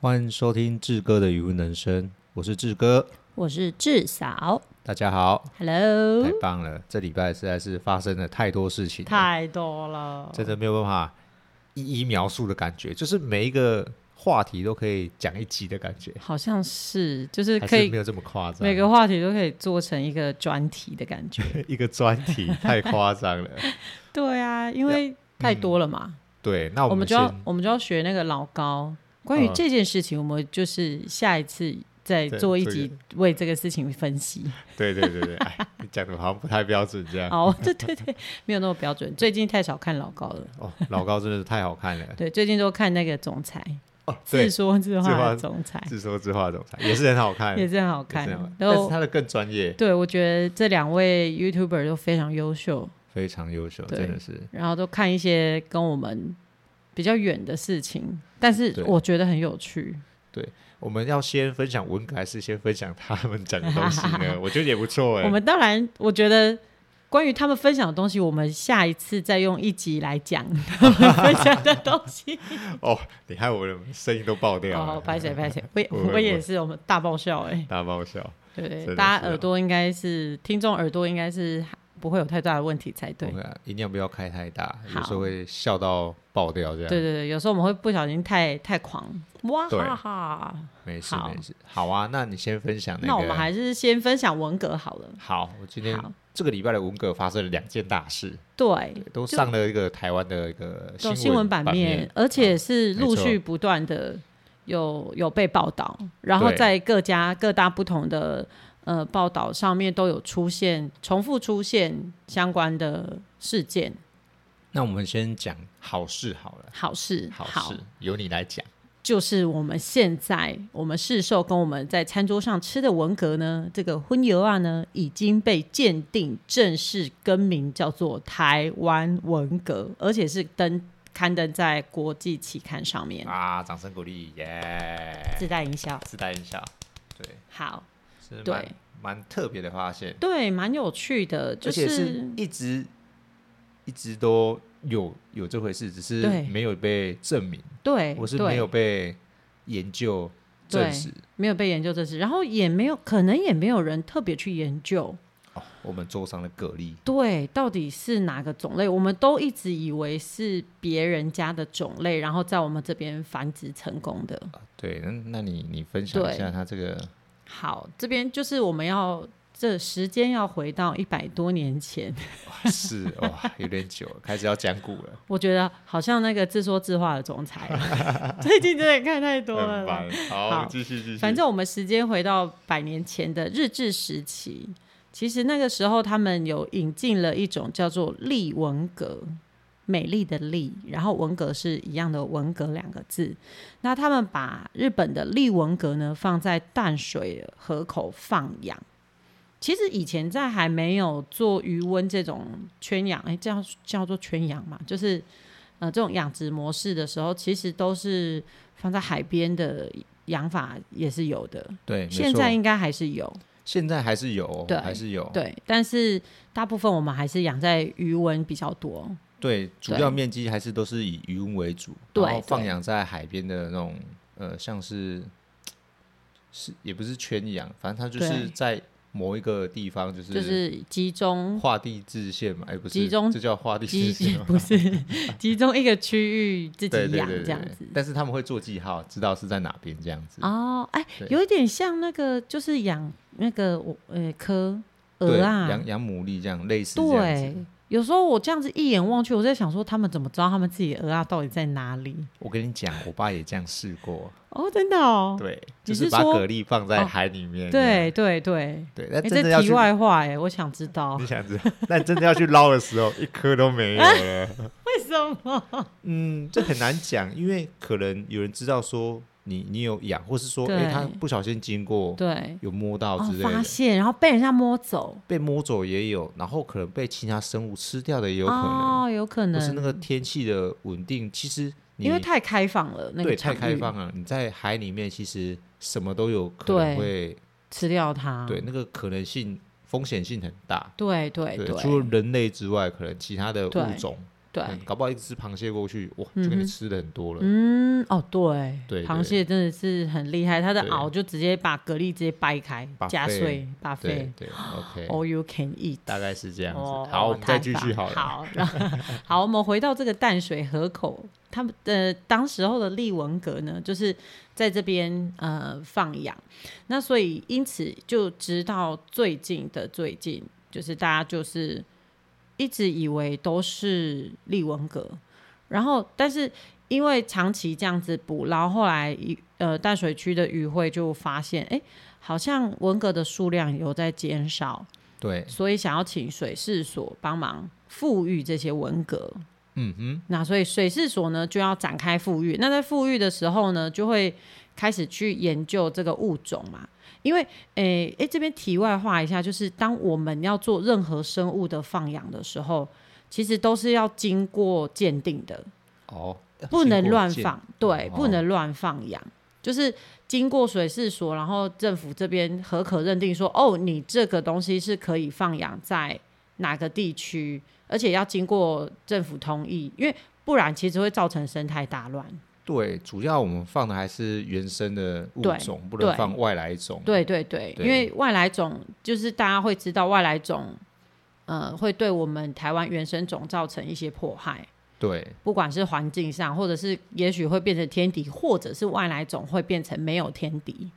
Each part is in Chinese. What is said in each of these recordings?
欢迎收听志哥的语文人生，我是志哥，我是志嫂大家好， ，Hello，太棒了！这礼拜实在是发生了太多事情了，嗯太多了，真的没有办法一一描述的感觉，就是每一个话题都可以讲一集的感觉，好像是，就是还可是以没有这么夸张。每个话题都可以做成一个专题的感觉。 一个专题太夸张 了，对啊，因为太多了嘛，对，嗯那我我们们就要先我们就要学那个老高。关于嗯这件事情，我们就是下一次再对做一这个集为这个事情分 析。对对对对，哎，你讲的好像不太标准 这样。哦，对对对，没有那么标准。最近太少看老高了，哦，老高真的是太好看了，对，最近都看那个总裁哦，自对，说自自话话的总裁，自说自话总裁也是很好看，也是是很好看啊很好。然但后是他的更专业，对，我觉得这两位 YouTuber 都非常优秀，非常优秀，对真的是。然后都看一些跟我们比较远的事情，但是对我觉得很有趣。我们要先分享文革，还是先分享他们讲的东西 呢？我觉得也不错哎、我们当然，我觉得关于他们分享的东西，我们下一次再用一集来讲他们分享的东 西。哦，你害我的声音都爆掉了，哦，拍谁 拍谁，我也啊不会我也是，我们大爆笑哎、大爆笑。对真的对，是大家哦耳朵应该是听众耳朵应该是不会有太大的问题才对。 OK，音量不啊要开太大，好有时候会笑到爆掉这样。对对对，有时候我们会不小心太太狂，哇对哈哈！没事好没事，好啊，那你先分享个。那我们还是先分享文革好了。好，我今天好这个礼拜的文革发生了两件大事，对对，都上了一个台湾的一个这种新新闻版面。，而且是没陆错续不断的有有被报道，然后对在各家各大不同的呃报道上面都有出现重复出现相关的事件，那我们先讲好事好了，好事好事由你来讲。就是我们现在我们市售跟我们在餐桌上吃的文革呢，这个荤油啊呢，已经被鉴定正式更名叫做台湾文革，而且是登刊登在国际期刊上面。啊，掌声鼓励，耶！自带营销，自带音效，对，好，是蛮对蛮特别的发现，对，蛮有趣的，就而且是一直一直都有有这回事，只是对没有被证明，对，我是对没有被研究证对实。没有被研究这事，然后也没有，可能也没有人特别去研究，哦，我们桌上的蛤蜊，对，到底是哪个种类？我们都一直以为是别人家的种类，然后在我们这边繁殖成功的。对，那那你你分享一对下它这个好，这边就是我们要这时间要回到一百多年前，哇是哇，有点久了，开始要讲古 了，我觉得好像那个自说自话的总裁啊， 最近真的看太多了很啦。烦。好，好继续继续。反正我们时间回到百年前的日治时期，其实那个时候他们有引进了一种叫做丽文革，美丽的丽，然后文革是一样的文革两个字。那他们把日本的丽文革呢放在淡水河口放养。其实以前在还没有做鱼温这种圈养，哎，这样叫做圈养嘛，就是呃这种养殖模式的时候，其实都是放在海边的养法也是有的，对，哎没现错哦在应该还是有现在还是有哦，对还是有，对，但是大部分我们还是养在鱼温比较多，对，主对要面积还是都是以渔翁为主，对然后放对养在海边的那种呃，像是是也不是圈养，反正它就是对在某一个地方，就是就是集 中划地自限嘛，哎、不是，集中这叫划地自集限嘛，不是集中一个区域自己对对养对这样对子。但是他们会做记号，知道是在哪边这样子。哦，哎对，有一点像那个，就是养那个我呃科对，鹅啊，养养牡蛎这样类似这样子对。。有时候我这样子一眼望去，我在想说他们怎么知道他们自己的鹅啊到底在哪里？我跟你讲，我爸也这样试过，哦，真的哦，对，就你是是把说蛤蜊放在哦海里面这样。对对对，对，那哎，真的要这题去嗯外话哎，我想知道你想知 道？但真的要去捞的时候，一颗都没有 了。 为什么？嗯，这很难讲，因为可能有人知道说你你有养，或是说哎、对他不小心经过对，有摸到哦之，类的，发现然后被人家摸走，被摸走也有，然后可能被其他生物吃掉的也有可能，哦，有可或能是那个天气的稳定，其实你因为太开放了，那对个太场开域放了，你在海里面其实什么都有可能对啊会吃掉它，对那个可能性风险性很大。对对对，对除了人类之外，可能其他的对物种对，嗯搞不好一只螃蟹过去，哇，就给嗯哼你吃的很多了。嗯，哦，对，对螃蟹真的是很厉害，它的对螯就直接把蛤蜊直接掰开，把夹肺碎，把对肺对，OK， ，all you can eat。大概是这样子。哦，好，我们再继续太好棒了。好，然后 好，我们回到这个淡水河口，他们呃，当时候的利文阁呢，就是在这边呃放养，那所以因此就直到最近的最近，就是大家就是一直以为都是利文阁，然后但是。因为长期这样子捕捞，后来一呃淡水区的渔会就发现，哎，好像文革的数量有在减少，对，所以想要请水事所帮忙富裕这些文革。嗯哼，那所以水事所呢就要展开富裕。那在富裕的时候呢，就会开始去研究这个物种嘛。因为，诶诶，这边题外话一下，就是当我们要做任何生物的放养的时候，其实都是要经过鉴定的。哦，不能乱经过放，对，哦不能乱放养，就是经过水事所，然后政府这边核可认定说，哦，你这个东西是可以放养在哪个地区，而且要经过政府同意，因为不然其实会造成生态大乱。对，主要我们放的还是原生的物对种，不对能放外来种。对对对，对因为外来种就是大家会知道外来种，呃，会对我们台湾原生种造成一些迫害。对不管是环境上，或者是也许会变成天敌，或者是外来种会变成没有天敌。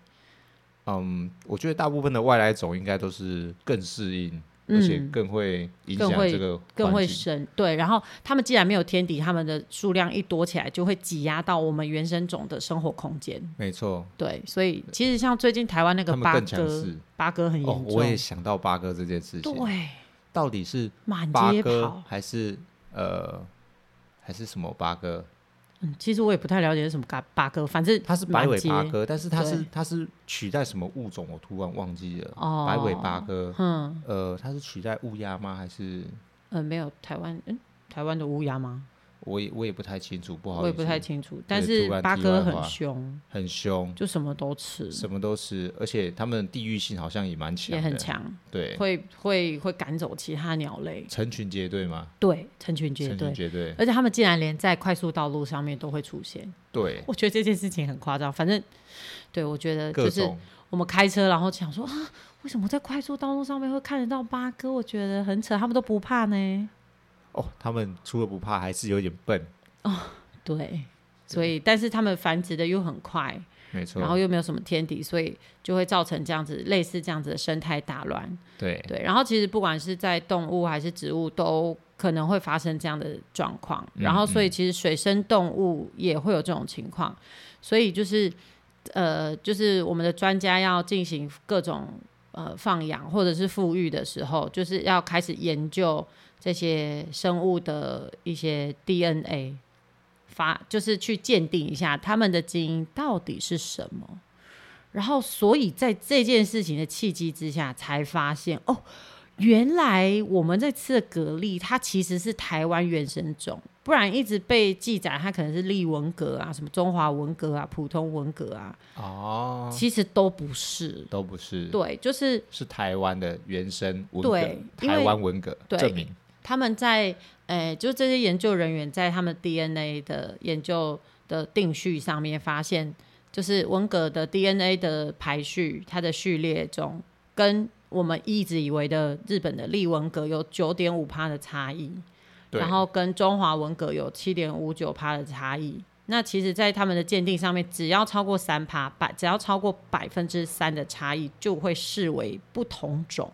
嗯，我觉得大部分的外来种应该都是更适应，而且嗯，更会影更响会这个环境。更会生对。然后他们既然没有天敌，他们的数量一多起来，就会挤压到我们原生种的生活空间。没错，对，所以其实像最近台湾那个他们八更强哥，势。八哥很严哦，重，我也想到八哥这件事情，对，到底是满八街哥跑。还是呃还是什么八哥？嗯，其实我也不太了解是什么八八哥，反正它是满白尾街八哥，但是它是对它是取代什么物种？我突然忘记了。哦，白尾八哥，嗯呃，它是取代乌鸦吗？还是呃没有台湾嗯台湾的乌鸦吗？我也我也不太清楚，不好意我思，也不太清楚，但对是突然八题哥外很话凶，很凶，就什么都吃，什么都是，而且他们地域性好像也蛮强，也很，强，对，会会会赶走其他鸟类，成群结队嘛，对，成群结成队群。结队，而且他们竟然连在快速道路上面都会出现，对，我觉得这件事情很夸张。反正，对我觉得各就是种我们开车，然后想说啊，为什么在快速道路上面会看得到八哥？我觉得很扯，他们都不怕呢。哦，他们除了不怕，还是有点笨，对，所以但是他们繁殖的又很快，没错，然后又没有什么天敌，所以就会造成这样子类似这样子的生态大乱。对，对，然后其实不管是在动物还是植物，都可能会发生这样的状况。嗯然后，所以其实水生动物也会有这种情况。所以就是，呃，就是我们的专家要进行各种呃放养或者是富裕的时候，就是要开始研究这些生物的一些 DNA，发就是去鉴定一下它们的基因到底是什么。然后，所以在这件事情的契机之下，才发现哦，原来我们在吃的蛤蜊，它其实是台湾原生种，不然一直被记载它可能是利文蛤啊、什么中华文蛤啊、普通文蛤啊，哦，其实都不是。都不是，对，就是是台湾的原生文对革，因为台湾文革对证明，他们在，呃，就这些研究人员在他们 DNA 的研究的定序上面发现，就是文革的 DNA 的排序，它的序列中跟我们一直以为的日本的立文革有九点五趴的差异，对，然后跟中华文革有七点五九趴的差异。那其实，在他们的鉴定上面，只要超过三趴，百只要超过百分之三的差异，就会视为不同种。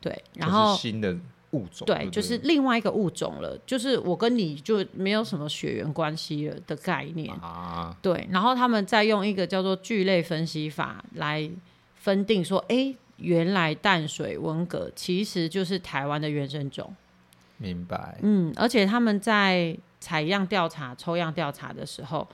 对，然这后是新的物种，对，不就是另外一个物种了，就是我跟你就没有什么血缘关系了的概念。啊，对，然后他们再用一个叫做聚类分析法来分定说，哎，原来淡水文蛤其实就是台湾的原生种。明白，嗯，而且他们在采样调查、抽样调查的时候，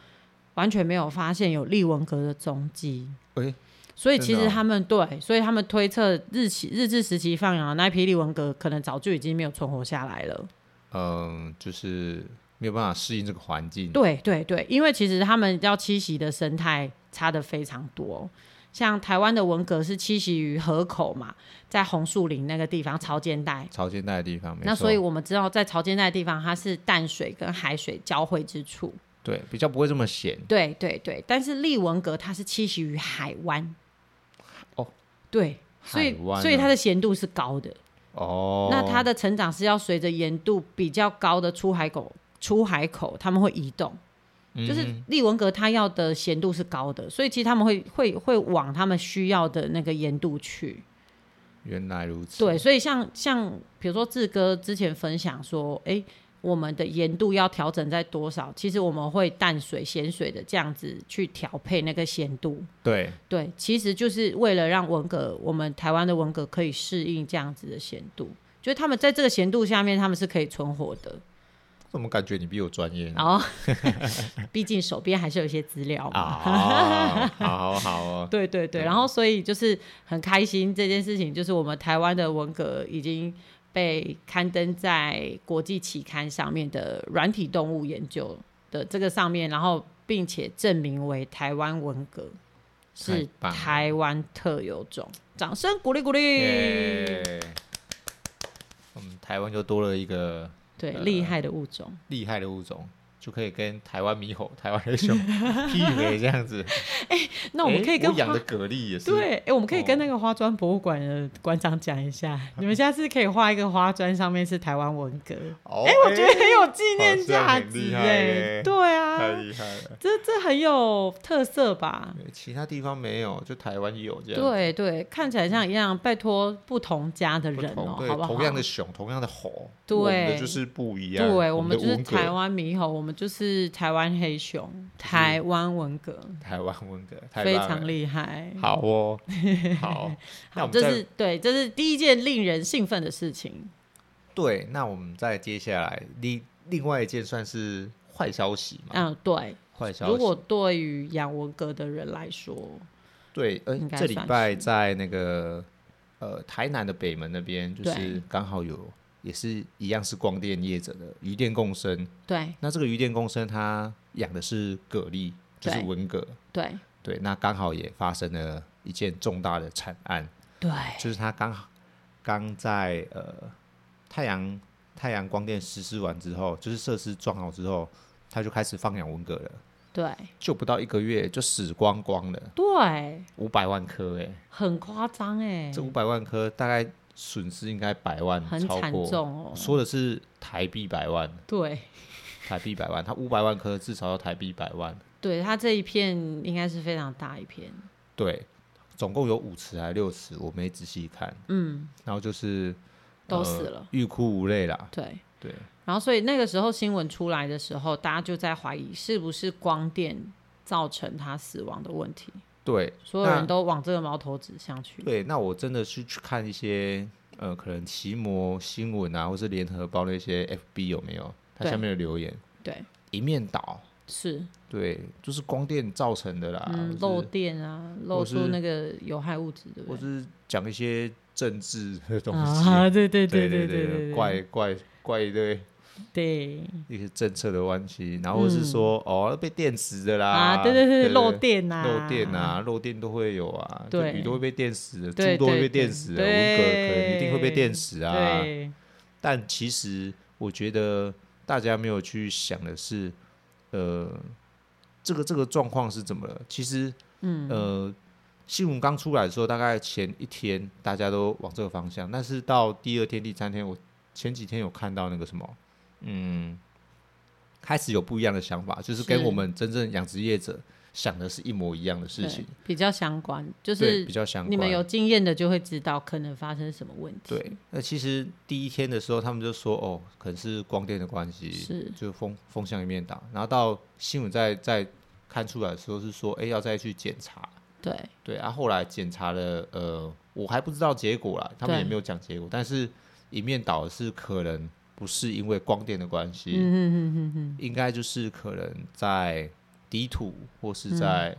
完全没有发现有利文革的踪迹。诶所以其真实的哦他们、对，所以他们推测日期日治时期放养的那一批利文革，可能早就已经没有存活下来了。嗯，就是没有办法适应这个环境，对对对，因为其实他们要栖息的生态差的非常多，像台湾的文革是栖息于河口嘛，在红树林那个地方潮间带。潮间带的地方，没那错所以我们知道，在潮间带的地方，它是淡水跟海水交汇之处。对比较不会这么咸对对对，但是利文格它是栖息于海湾。哦，对，所以海、湾啊所以它的咸度是高的。哦。那它的成长是要随着盐度比较高的出海口出海口，它们会移动。就是利文格它要的咸度是高的，所以其实他们会会会往他们需要的那个盐度去。原来如此，对，，所以像像比如说志哥之前分享说，哎、我们的盐度要调整在多少？其实我们会淡水、咸水的这样子去调配那个咸度。对，对，其实就是为了让文革，我们台湾的文革可以适应这样子的咸度，就是他们在这个咸度下面，他们是可以存活的。怎么感觉你比我专业呢？然后， 毕竟手边还是有一些资料嘛。 啊，好好好哦，对对对，然后所以就是很开心这件事情，就是我们台湾的文革已经被刊登在国际期刊上面的软体动物研究的这个上面，然后并且证明为台湾文革是太棒了台湾特有种，掌声鼓励鼓励。耶，我们台湾就多了一个对，呃厉害的物种。厉害的物种，就可以跟台湾猕猴、台湾黑熊 媲美这样子。 那我们诶可以跟我养花的蛤蜊也是，对，哎、我们可以跟哦那个花砖博物馆的馆长讲一下，你们下次可以画一个花砖，上面是台湾文革。哦，哎、 我觉得很有纪念价好像很厉值害哎、耶对太啊，厉害了。这这很有特色吧？对其他地方没有，就台湾有这样。对对，看起来像一样，拜托不同家的不人同哦、对好不好？同样的熊，同样的猴，对我们的就是不一样。对，我们们的就是文革台湾猕猴，我们就是台湾黑熊，台湾文革，台湾文革，太非棒常了厉害。好哦， 好，那我好，们这再是对，这是第一件令人兴奋的事情。对，那我们再接下来另另外一件算是坏消息嘛？嗯，对。坏消息。如果对于养文革的人来说，对，呃应，该这礼算拜是在那个呃台南的北门那边，就是对刚好有也是一样是光电业者的鱼电共生。对那这个鱼电共生，它养的是蛤蜊，就是对文蛤。对对，那刚好也发生了一件重大的惨案，对，就是它刚好刚在呃太阳太阳光电实施完之后，就是设施装好之后，它就开始放养文蛤了，对就不到一个月就死光光了，对，五百万颗哎、很夸张哎这，五百万颗大概损失应该百万，很嗯超惨过。重哦。说的是台币百万，对台币百万，它五百万颗至少要台币百万。对，它这一片应该是非常大一片，对，总共有五池还是六池，我没仔细看。嗯，然后就是都呃死了。欲哭无泪啦。对，对，然后所以那个时候新闻出来的时候，大家就在怀疑是不是光电造成他死亡的问题，对，所有人那都往这个矛头指向去。对。那我真的是去看一些呃，可能奇摩新闻啊，或是联合报那些 FB 有没有？它对下面的留言对，一面倒，是，对，就是光电造成的啦，嗯，或漏是电啊，漏或出是那个有害物质，对不或对？是讲一些政治的东西。 啊，对对对对对对，怪怪怪一堆对一些政策的关系，然后是说、哦被电死的啦，嗯啊，对对对对，漏、电啊，漏电，啊，漏电都会有啊，就对鱼都会被电死的，对猪都会对被对电死的，文革可能一定会被对电死啊。对但其实我觉得大家没有去想的是，呃，这个这个状况是怎么了？其实，嗯，呃，新闻刚出来的时候，大概前一天大家都往这个方向，但是到第二天、第三天，我前几天有看到那个什么，嗯，开始有不一样的想法，就是跟是我们真正养殖业者想的是一模一样的事对情，比较相关，就对，是比较相关。你们有经验的就会知道可能发生什么问题。对，那其实第一天的时候，他们就说哦，可能是光电的关系，是就风风向一面倒。然后到新闻再再看出来的时候是说，哎，要再去检查。对对啊，后来检查了，呃，我还不知道结果啦，他们对也没有讲结果，但是一面倒的是可能不是因为光电的关系，嗯应该就是可能在底土或嗯是在、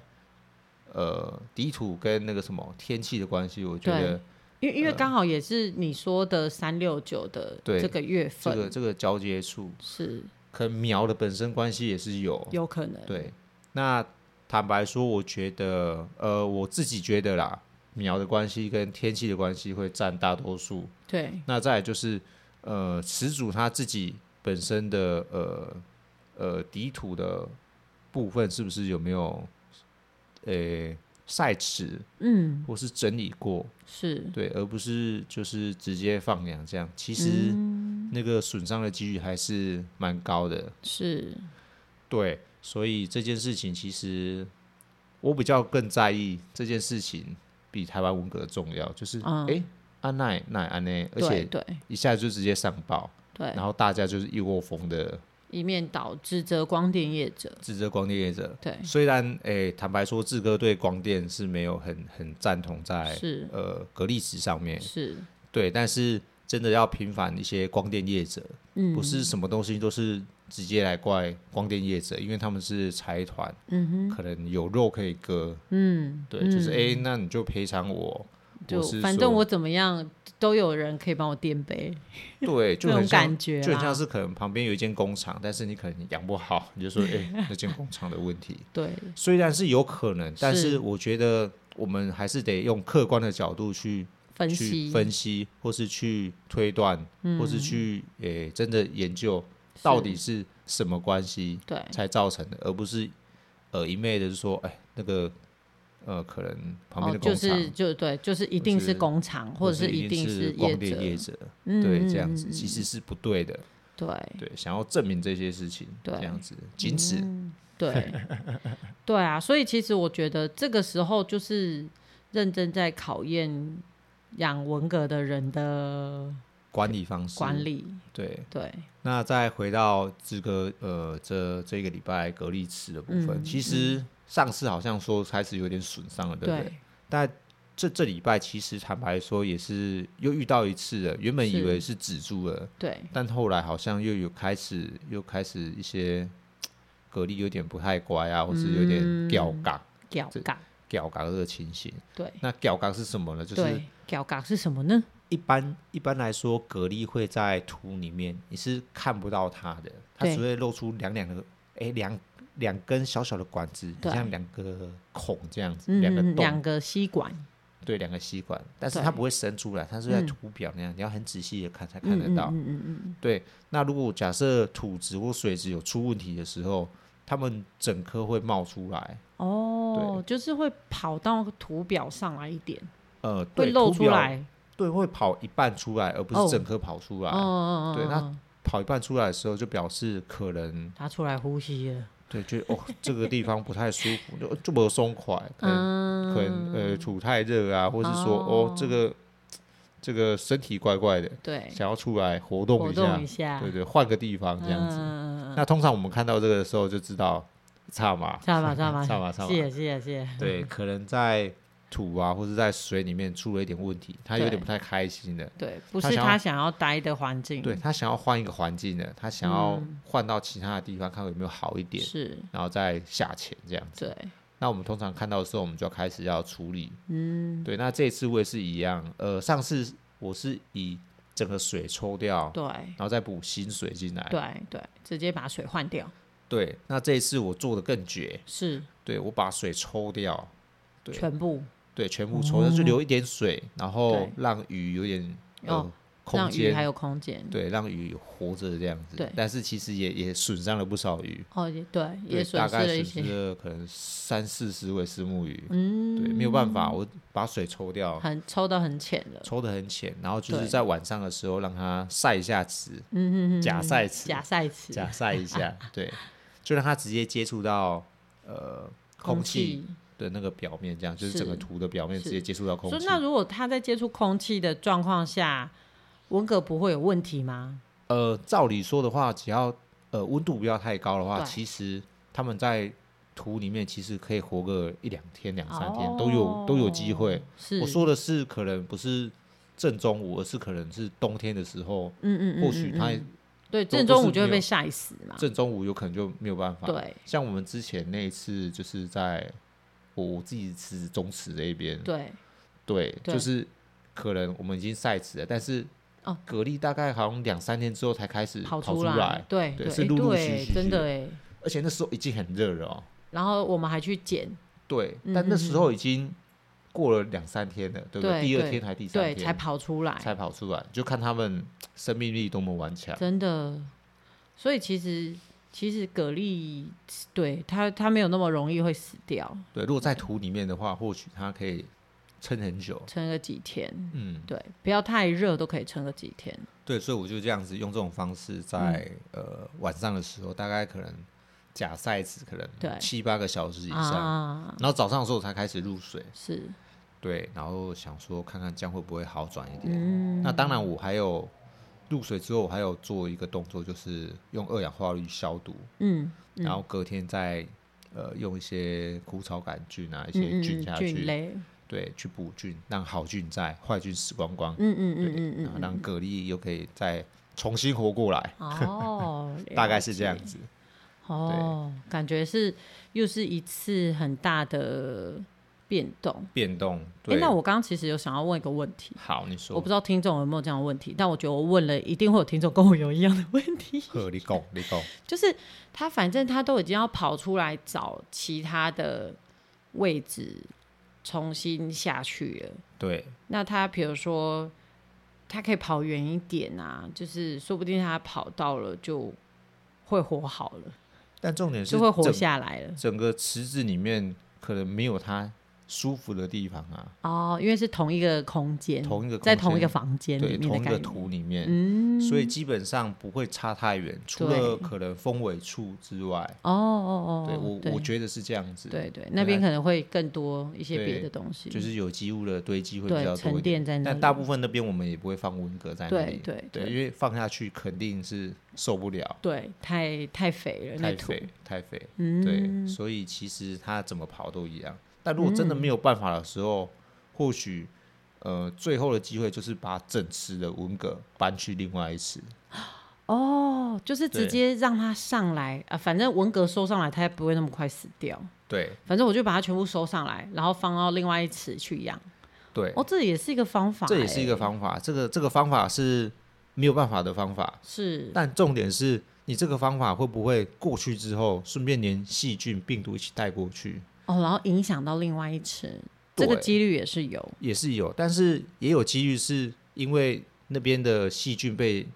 呃底土跟那个什么天气的关系，我觉对得因为因为刚好也是你说的三六九的呃对这个月这份，个这个交接处是可能苗的本身关系也是有，有可能。对。那坦白说，我觉得，呃，我自己觉得啦，苗的关系跟天气的关系会占大多数。对，那再来就是，呃，始祖他自己本身的呃呃底土的部分是不是有没有，呃晒池嗯，或是整理过？是，对，而不是就是直接放养这样。其实嗯，那个损伤的几率还是蛮高的。是，对，所以这件事情其实我比较更在意这件事情比台湾文革重要，就是嗯诶，啊安奈奈安奈，而对且对一下就直接上报，对然，后大家就是一窝蜂的以免导致责光电业者，指责光电业者。对，虽然诶、坦白说，志哥对光电是没有很很赞同在是呃格力史上面，是，对，但是真的要平反一些光电业者，嗯，不是什么东西都是直接来怪光电业者，因为他们是财团，嗯可能有肉可以割，哼，嗯，对，就是嗯哎、诶那你就赔偿我，就我是反说正我怎么样都有人可以帮我垫背， 对，就那很种像感，觉啦，就很像是可能旁边有一间工厂，但是你可能养不好，你就说哎、诶那间工厂的问题， 对，虽然是有可能，但是是我觉得我们还是得用客观的角度去分去析嗯分析，或是去推断，或是去诶、真的研究到底是什么关系对才造成的，而不是呃一昧的就说哎那个呃可能旁边哦，的就工厂、是就对，就是一定是是工厂，或者是一定是业光电者，业者，嗯对，嗯这样嗯子嗯其实是不对的，对对，想要证明这些事情，对嗯这样子仅此，对对啊，所以其实我觉得这个时候就是认真在考验养文革的人的管理方式，管理，对。对，那再回到这个呃，这这个礼拜格力茨的部分，嗯其实上次好像说开始有点损伤了，对不对？对，但这这礼拜其实坦白说也是又遇到一次了，原本以是为是止住了，对，但后来好像又有开始又开始一些格力有点不太乖啊，或是有嗯点吊嘎屌这嘎，吊嘎的情形。对，那吊嘎是什么呢？就是对，屌嘎是什么呢？一般一般来说，蛤蜊会在土里面，你是看不到它的，它对只会露出两两个，哎、两两根小小的管子，对很像两个孔这样子，两、嗯，个洞，两个吸管，对，两个吸管，但是对它不会伸出来，它是在嗯土表那样，你要很仔细的看才看嗯得到。嗯嗯嗯嗯，对，那如果假设土质或水质有出问题的时候，它们整颗会冒出来，哦，就是会跑到图表上来一点，呃，对，会露土出表，来，对，会跑一半出来，而不哦是整颗跑出来。嗯嗯嗯，对嗯那嗯跑一半出来的时候，就表示可能它出来呼吸了，对，觉得哦，这个地方不太舒服，就就没有松快，可能、嗯，可能呃土太热啊，或是说哦哦这个这个身体怪怪的，对，想要出来活动活一下，动一下，对对，换个地方这样子。 嗯，那通常我们看到这个的时候就知道差嘛，知道吧？知道吧？差嘛差嘛谢谢谢谢谢谢。对，可能在土啊或者在水里面出了一点问题，他有对嗯点不太开心的。对，不他是想他要想要待的环境，对，他想要换一个环境的，他想要换到其他的地方，看有没有好一点，嗯是，然后再下潜这样子。对，那我们通常看到的时候，我们就要开始要处理。嗯，对。那这次我也是一样，呃，上次我是以整个水抽掉，对，然后再补新水进来。对，对，直接把水换掉，对那这一次我做的更绝，是对我把水抽掉，对全部对，全部抽掉，就留一点水，然后让鱼有点呃、哦哦空让鱼还间，有空间，对，让鱼活着这样子。对但是其实也也损伤了不少鱼。哦，也对，也对损大失概了一损失些，了可能三四十尾石目鱼，嗯，对，没有办法，我把水抽掉，很抽到很浅了，抽的很浅，然后就是对在晚上的时候让它晒一下池，嗯嗯嗯，假晒池，假赛池，假晒一 下，对，就让它直接接触到呃空气气。的那个表面，这样就是是整个图的表面是直接接触到空所以气。那如果他在接触空气的状况下，文革不会有问题吗？呃，照理说的话，只要呃温度不要太高的话，对其实他们在土里面其实可以活个一两天、两三天、哦都有都有机会。是，我说的是，可能不是正中午，而是可能是冬天的时候，嗯，嗯嗯嗯，或许嗯它嗯对都正都中是午就会没被有晒死嘛，正中午有可能就没有办法。对像我们之前那一次，就是在我我自己是中池那边，对，对，对就是可能我们已经晒池了，但是哦蛤蜊大概好像两三天之后才开始跑出来，对对对，是诶陆陆对续续真的哎，而且那时候已经很热了哦，然后我们还去捡，对，嗯但那时候已经过了两三天了，对不对第二对天还第三对，天才跑出来，才跑出来，就看他们生命力多么顽强。真的。所以其实其实蛤蜊，对它它没有那么容易会死掉，对，如果在土里面的话，或许它可以撑很久。撑个几天，嗯，对，不要太热都可以撑个几天。对，所以我就这样子用这种方式在，嗯呃晚上的时候，大概可能假赛子可对能七八个小时以上，啊，然后早上的时候我才开始入水。是，对，然后想说看看这样会不会好转一点。嗯，那当然，我还有入水之后，我还有做一个动作，就是用二氧化氯消毒，嗯，然后隔天再呃用一些枯草杆菌啊，一嗯些嗯菌嗯下菌去，类，对，去补菌，让好菌在，坏菌死光光，嗯嗯对嗯嗯然后嗯嗯，让蛤蜊又可以再重新活过来，，哦 大了概是这样解子。哦，感觉是又是一次很大的变动。变动，哎、对，那我刚刚其实有想要问一个问题，好，你我说不，知道听众有没有这样的问题，但我觉得我问了，一定会有听众跟我有一样的问题， 呵，你讲，你讲，就是他反正他都已经要跑出来找其他的位置重新下去了，对，那他比如说他可以跑远一点啊，就是说不定他跑到了就会活好了，但重点是就会活整下来了。整个池子里面可能没有它舒服的地方啊，哦，因为是同一个空间，同一个空嗯在同一间个房间对，里面的同一概个念。嗯土里面，所以基本上不会差太远，除了可能风尾处之外，哦哦哦，对我对我觉得是这样子，对对，那边它可能会更多一些别对的东西，就是有机物的堆积会比较对多沉一点，淀在那里。但大部分那边我们也不会放温格在那对里，对对，因为放下去肯定是受不了，对，太太肥了，那太土肥太肥，嗯嗯对，所以其实它怎么跑都一样。但如果真的没有办法的时候，或许呃最后的机会就是把整池的文蛤搬去另外一池，哦，就是直对接让它上来啊，反正文革收上来，它也不会那么快死掉。对反正我就把它全部收上来，然后放到另外一池去养。对，哦，这也是一个方法欸，这也是一个方法。这个这个方法是没有办法的方法，是但重点是你这个方法会不会过去之后，顺便连细菌、病毒一起带过去，哦，然后影响到另外一池，这个对几率也是有。也是有，但是也有几率是因为那边的细菌被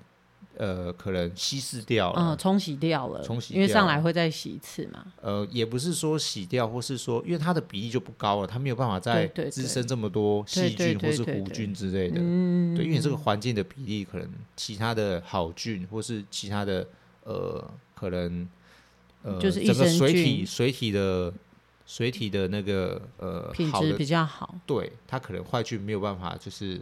呃可能稀释掉了。嗯，冲洗掉了，冲洗因为掉上了来会再洗一次嘛。呃，也不是说洗掉，或是说，因为它的比例就不高了，它没有办法再对对对滋生这么多对细对菌或对是对弧对嗯菌之类的。对，因为你这个环境的比例，可能其他的好菌或是其他的呃，可能呃，就是益整个生水体菌水体的水体的那个呃品好质的，比较好。对它可能坏菌没有办法就是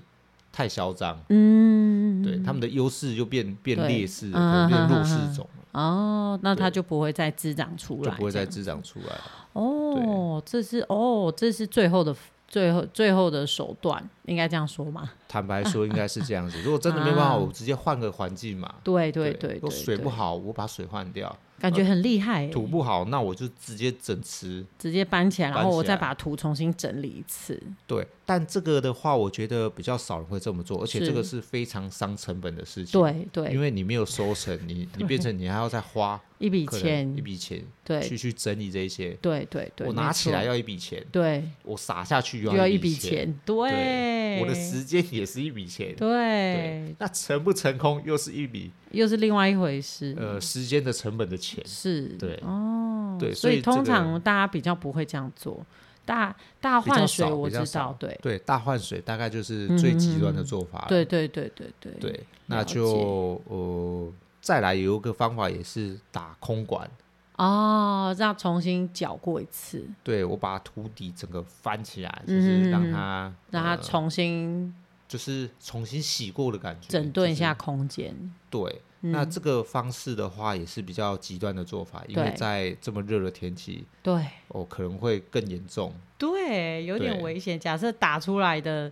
太嚣张，嗯，对他们的优势就变变对劣势了，嗯可能变哼弱哼势哼种了，哦，那它对就不会再滋长出就来，不会再这样滋长出来了。哦。这是哦，这是最后的最后最后的手段，应该这样说 嘛？坦白说，应该是这样 子。如果真的没办法，啊我直接换个环境嘛。对对对对如果对，水不对，好，我把水换掉；感觉很厉害欸，土不好，那我就直接整池。直接搬起来，然搬后我起再来把图重新整理一次。对，但这个的话，我觉得比较少人会这么做，而且是这个是非常伤成本的事情。，对因对，为你没有收成，你你变成你还要再花 一笔可能一钱，笔钱去对去整理这一些。对对对，我没拿起来错，要一笔钱，对，我撒下去就要要一一笔钱，钱，对，我的时间也是一笔钱。对对，，那成不成功又是一笔又是另外一回事，呃时间的成本的钱。是，对哦，对所所以这通个常大家比较不会这样做。大大比较换水少我比较知道少，对对，大换水大概嗯就是最极端的做法了。对对对对啊对对，那了解就呃再来有一个方法也是打空管，哦，让重新搅过一次，对我把土底整个翻起来，就嗯是哼让嗯它让它呃重新就是重新洗过的感觉，整顿一就是下嗯空间。对，那这个方式的话也是比较极端的做法，因为对在这么热的天气，对哦可能会更严重。对，有点对危险。假设打出来的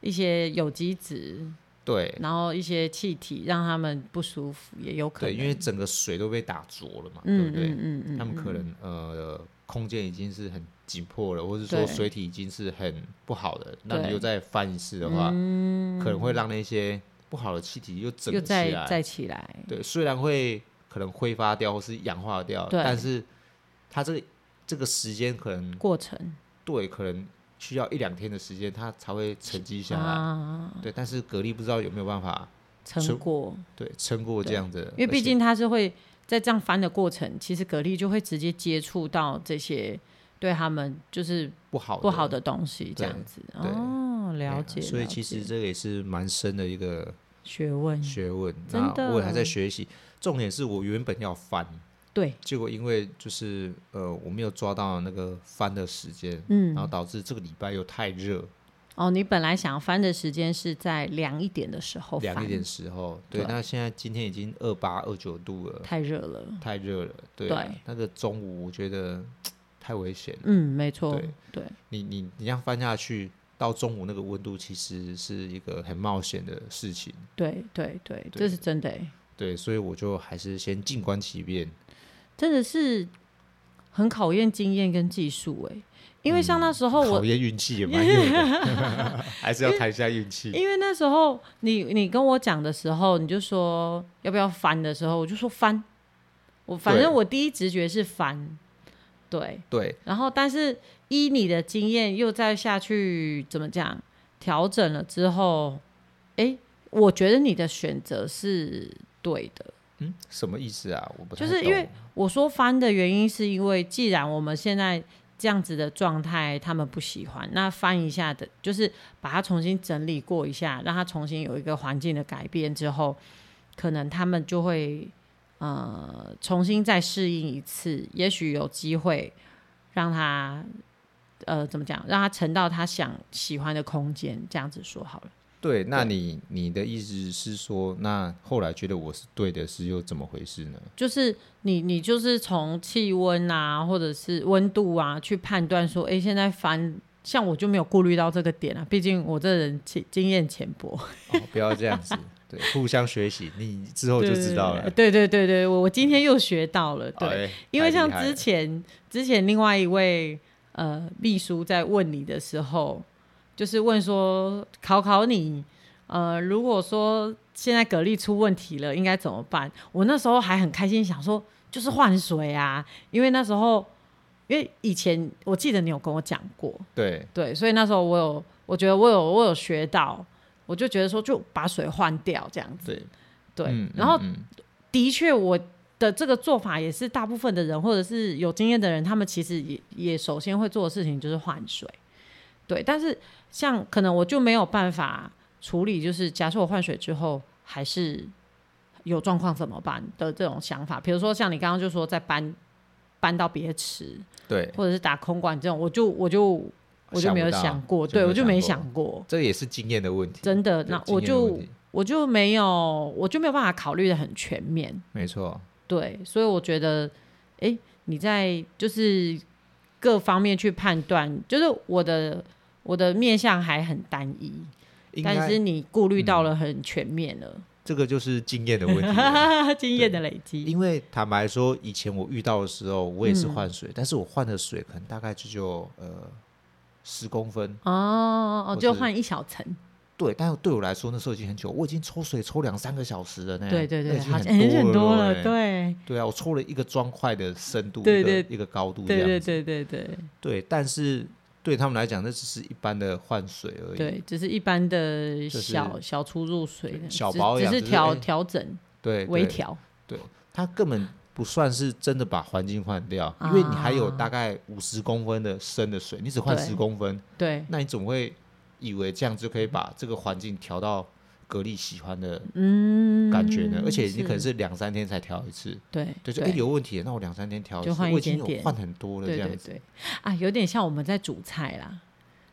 一些有机质，对然后一些气体，让他们不舒服也有可对，能。因为整个水都被打浊了嘛，对嗯不对？嗯嗯嗯，他们可能呃空间已经是很紧迫了，或是说对水体已经是很不好的，那你对嗯又再翻一次的话，可能会让那些不好的气体又整又起再来。再起来，对，虽然会可能挥发掉或是氧化掉，对但是它这个这个时间可能过程对，可能需要一两天的时间，它才会沉积下来。啊，对，但是蛤蜊不知道有没有办法成成果，对撑过这样子，因为而毕且竟它是会在这样翻的过程，其实蛤蜊就会直接接触到这些对他们就是不好不好的东西，这对样子对哦，对啊了解。所以了其实解这个也是蛮深的一个学问学问，真那的我也还在学习。重点是我原本要翻，对，结果因为就是呃我没有抓到那个翻的时间，嗯然，后导致这个礼拜又太热，哦，你本来想翻的时间是在凉一点的时候翻，凉一点时候，对，对那现在今天已经二八二九度了，太热了。太热了，对啊，对那个中午我觉得太危险了，嗯，没错对，对，你你你这样翻下去。到中午那个温度其实是一个很冒险的事情，对，对，对，对这是真的欸，对，所以我就还是先静观其变。真的是很考验经验跟技术哎，因为嗯像那时候哦我考验运气也 蛮有的， 还是要谈一下运气。因为那时候你你跟我讲的时候，你就说要不要翻的时候，我就说翻。我反对正我第一直觉是翻，对。对，然后，但是依你的经验，又再下去怎么讲调整了之后，诶，我觉得你的选择是对的。嗯，什么意思啊？我不太就是因为懂我说翻的原因，是因为既然我们现在这样子的状态，他们不喜欢，那翻一下的，就是把它重新整理过一下，让它重新有一个环境的改变之后，可能他们就会呃重新再适应一次，也许有机会让他呃怎么讲，让他沉到他想喜欢的空间，这样子说好了。对，那你你的意思是说，那后来觉得我是对的，是又怎么回事 呢？就是你，你就是从气温啊，或者是温度啊，去判断说，哎、现在翻，像我就没有顾虑到这个点啊，毕竟我这人经经验浅薄，哦，不要这样子，对，互相学习，你之哦后就知道了。对对对对，我我今天又学到了， 对，哎因为太像厉害之了前之前另外一位呃秘书在问你的时候，就是问说考考你，呃，如果说现在蛤蜊出问题了，应该怎么办？我那时候还很开心，想说就是换水啊，因为那时候因为以前我记得你有跟我讲过，对对，所以那时候我有我觉得我有我有学到，我就觉得说就把水换掉这样子，对对，嗯然后嗯嗯的确，我的这个做法也是大部分的人或者是有经验的人，他们其实也也首先会做的事情就是换水。对，但是像可能我就没有办法处理，就是假设我换水之后还是有状况怎么办的这种想法。比如说像你刚刚就说再搬搬到别池，对，或者是打空管这种，我就我就我就没有想不到想过，就对没有我就没想过想过，这也是经验的问题。真的，对那经我验的就问题我就没有我就没有办法考虑的很全面。没错，对，所以我觉得，哎，你在就是各方面去判断，就是我的我的面向还很单一，应但该是你顾虑到了很全面了，这个就是经验的问 题了。 经验的累积。因为坦白说，以前我遇到的时候，我也是嗯换水，但是我换的水可能大概就就呃十公分，哦哦，或就是换一小层，对，但对我来说那时候已经很久，我已经抽水抽两三个小时了呢。对对那对，已经好像哎很很多多了了，呢。对对啊，我抽了一个砖块的深度，对一个对一个高度这对样对子。对对对对，但是对他们来讲，那只是一般的换水而已。对，只是一般的就是小小出入水的，小只保只养是就是调哎调整对，微对，调，它根本不算是真的把环境换掉，因为你还有大概五十公分的深的水，你只换啊对十公分，对，那你总会以为这样就可以把这个环境调到格力喜欢的嗯，感觉呢？而且你可能是是两三天才调一次，对对，就哎、有问题，那我两三天调一就次，换一我已经点点有换很多了这对样对子。对，啊，有点像我们在煮菜啦。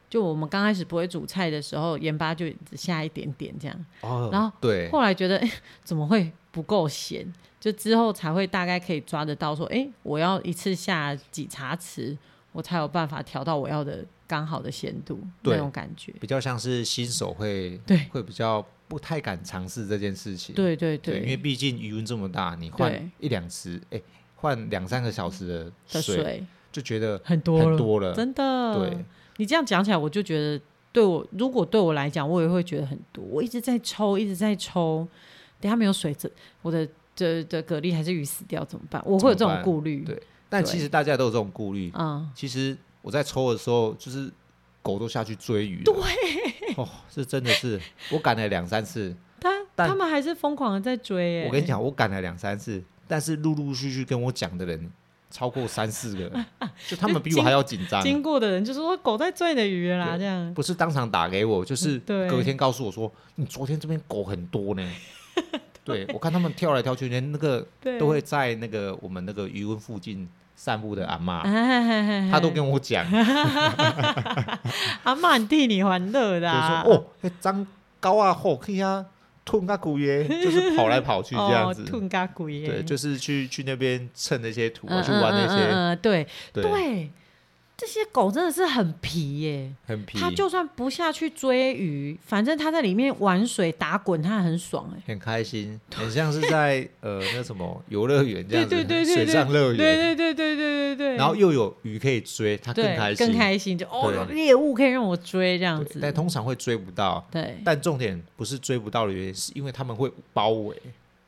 就我们刚开始不会煮菜的时候，盐巴就只下一点点这样，哦，然后对后来觉得、哎怎么会不够咸，就之后才会大概可以抓得到说，哎、我要一次下几茶匙，我才有办法调到我要的刚好的咸度那对种感觉。比较像是新手会对会比较不太敢尝试这件事情。对对对，因为毕竟余温这么大，你换对一两次，哎、换两三个小时的的水，水就觉得很多很了，多了。真的。对，你这样讲起来，我就觉得对我，如果对我来讲，我也会觉得很多。我一直在抽，一直在抽，等下没有水，这我的这的蛤蜊还是鱼死掉怎么办？我会有这怎么种办顾虑。对但对其实大家都有这种顾虑。嗯，其实我在抽的时候，就是狗都下去追鱼。对，哦，这真的是我赶了两三次。他但他们还是疯狂的在追、欸，我跟你，讲，我赶了两三次，但是陆陆续续跟我讲的人超过三四个，就他们比我还要紧张。经过的人就说狗在追你的鱼了啦，对这样，不是当场打给我，就是对隔天告诉我说，你昨天这边狗很多呢。对，我看他们跳来跳去，连那个对，都会在那个我们那个余温附近散步的阿哎，妈，哎哎哎她都跟我讲， 阿妈很替你欢乐的、就说啊，哦，那张高啊，吼，可以啊，吞个骨 耶，就是跑来跑去这样哦，子。吞嘎鬼耶，对，就是去去那边蹭那些土，嗯去玩那嗯嗯些，嗯嗯对对，对，这些狗真的是很皮耶。很皮，它就算不下去追鱼，反正它在里面玩水打滚，它很爽哎、很开心，很像是在呃那什么游乐园这对样子对，对对水对，上乐对园，对对对对对对。然后又有鱼可以追，他更对开心，更开心，就哦对有猎物可以让我追这样对子。但通常会追不到，对但重点不是追不到的原因，是因为他们会包围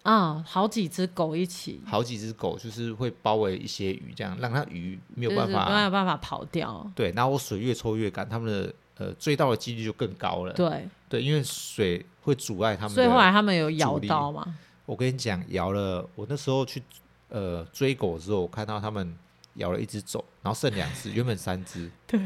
啊、好几只狗一起，好几只狗，就是会包围一些鱼，这样让它鱼没有办就是没法有办法跑掉。对，然后我水越抽越干，他们的呃追到的几率就更高了，对，对，因为水会阻碍他们所以后的。来他们有咬阻力到嘛？我跟你讲，咬了我那时候去呃追狗的时候，我看到他们咬了一只走，然后剩两只，原本三只，对，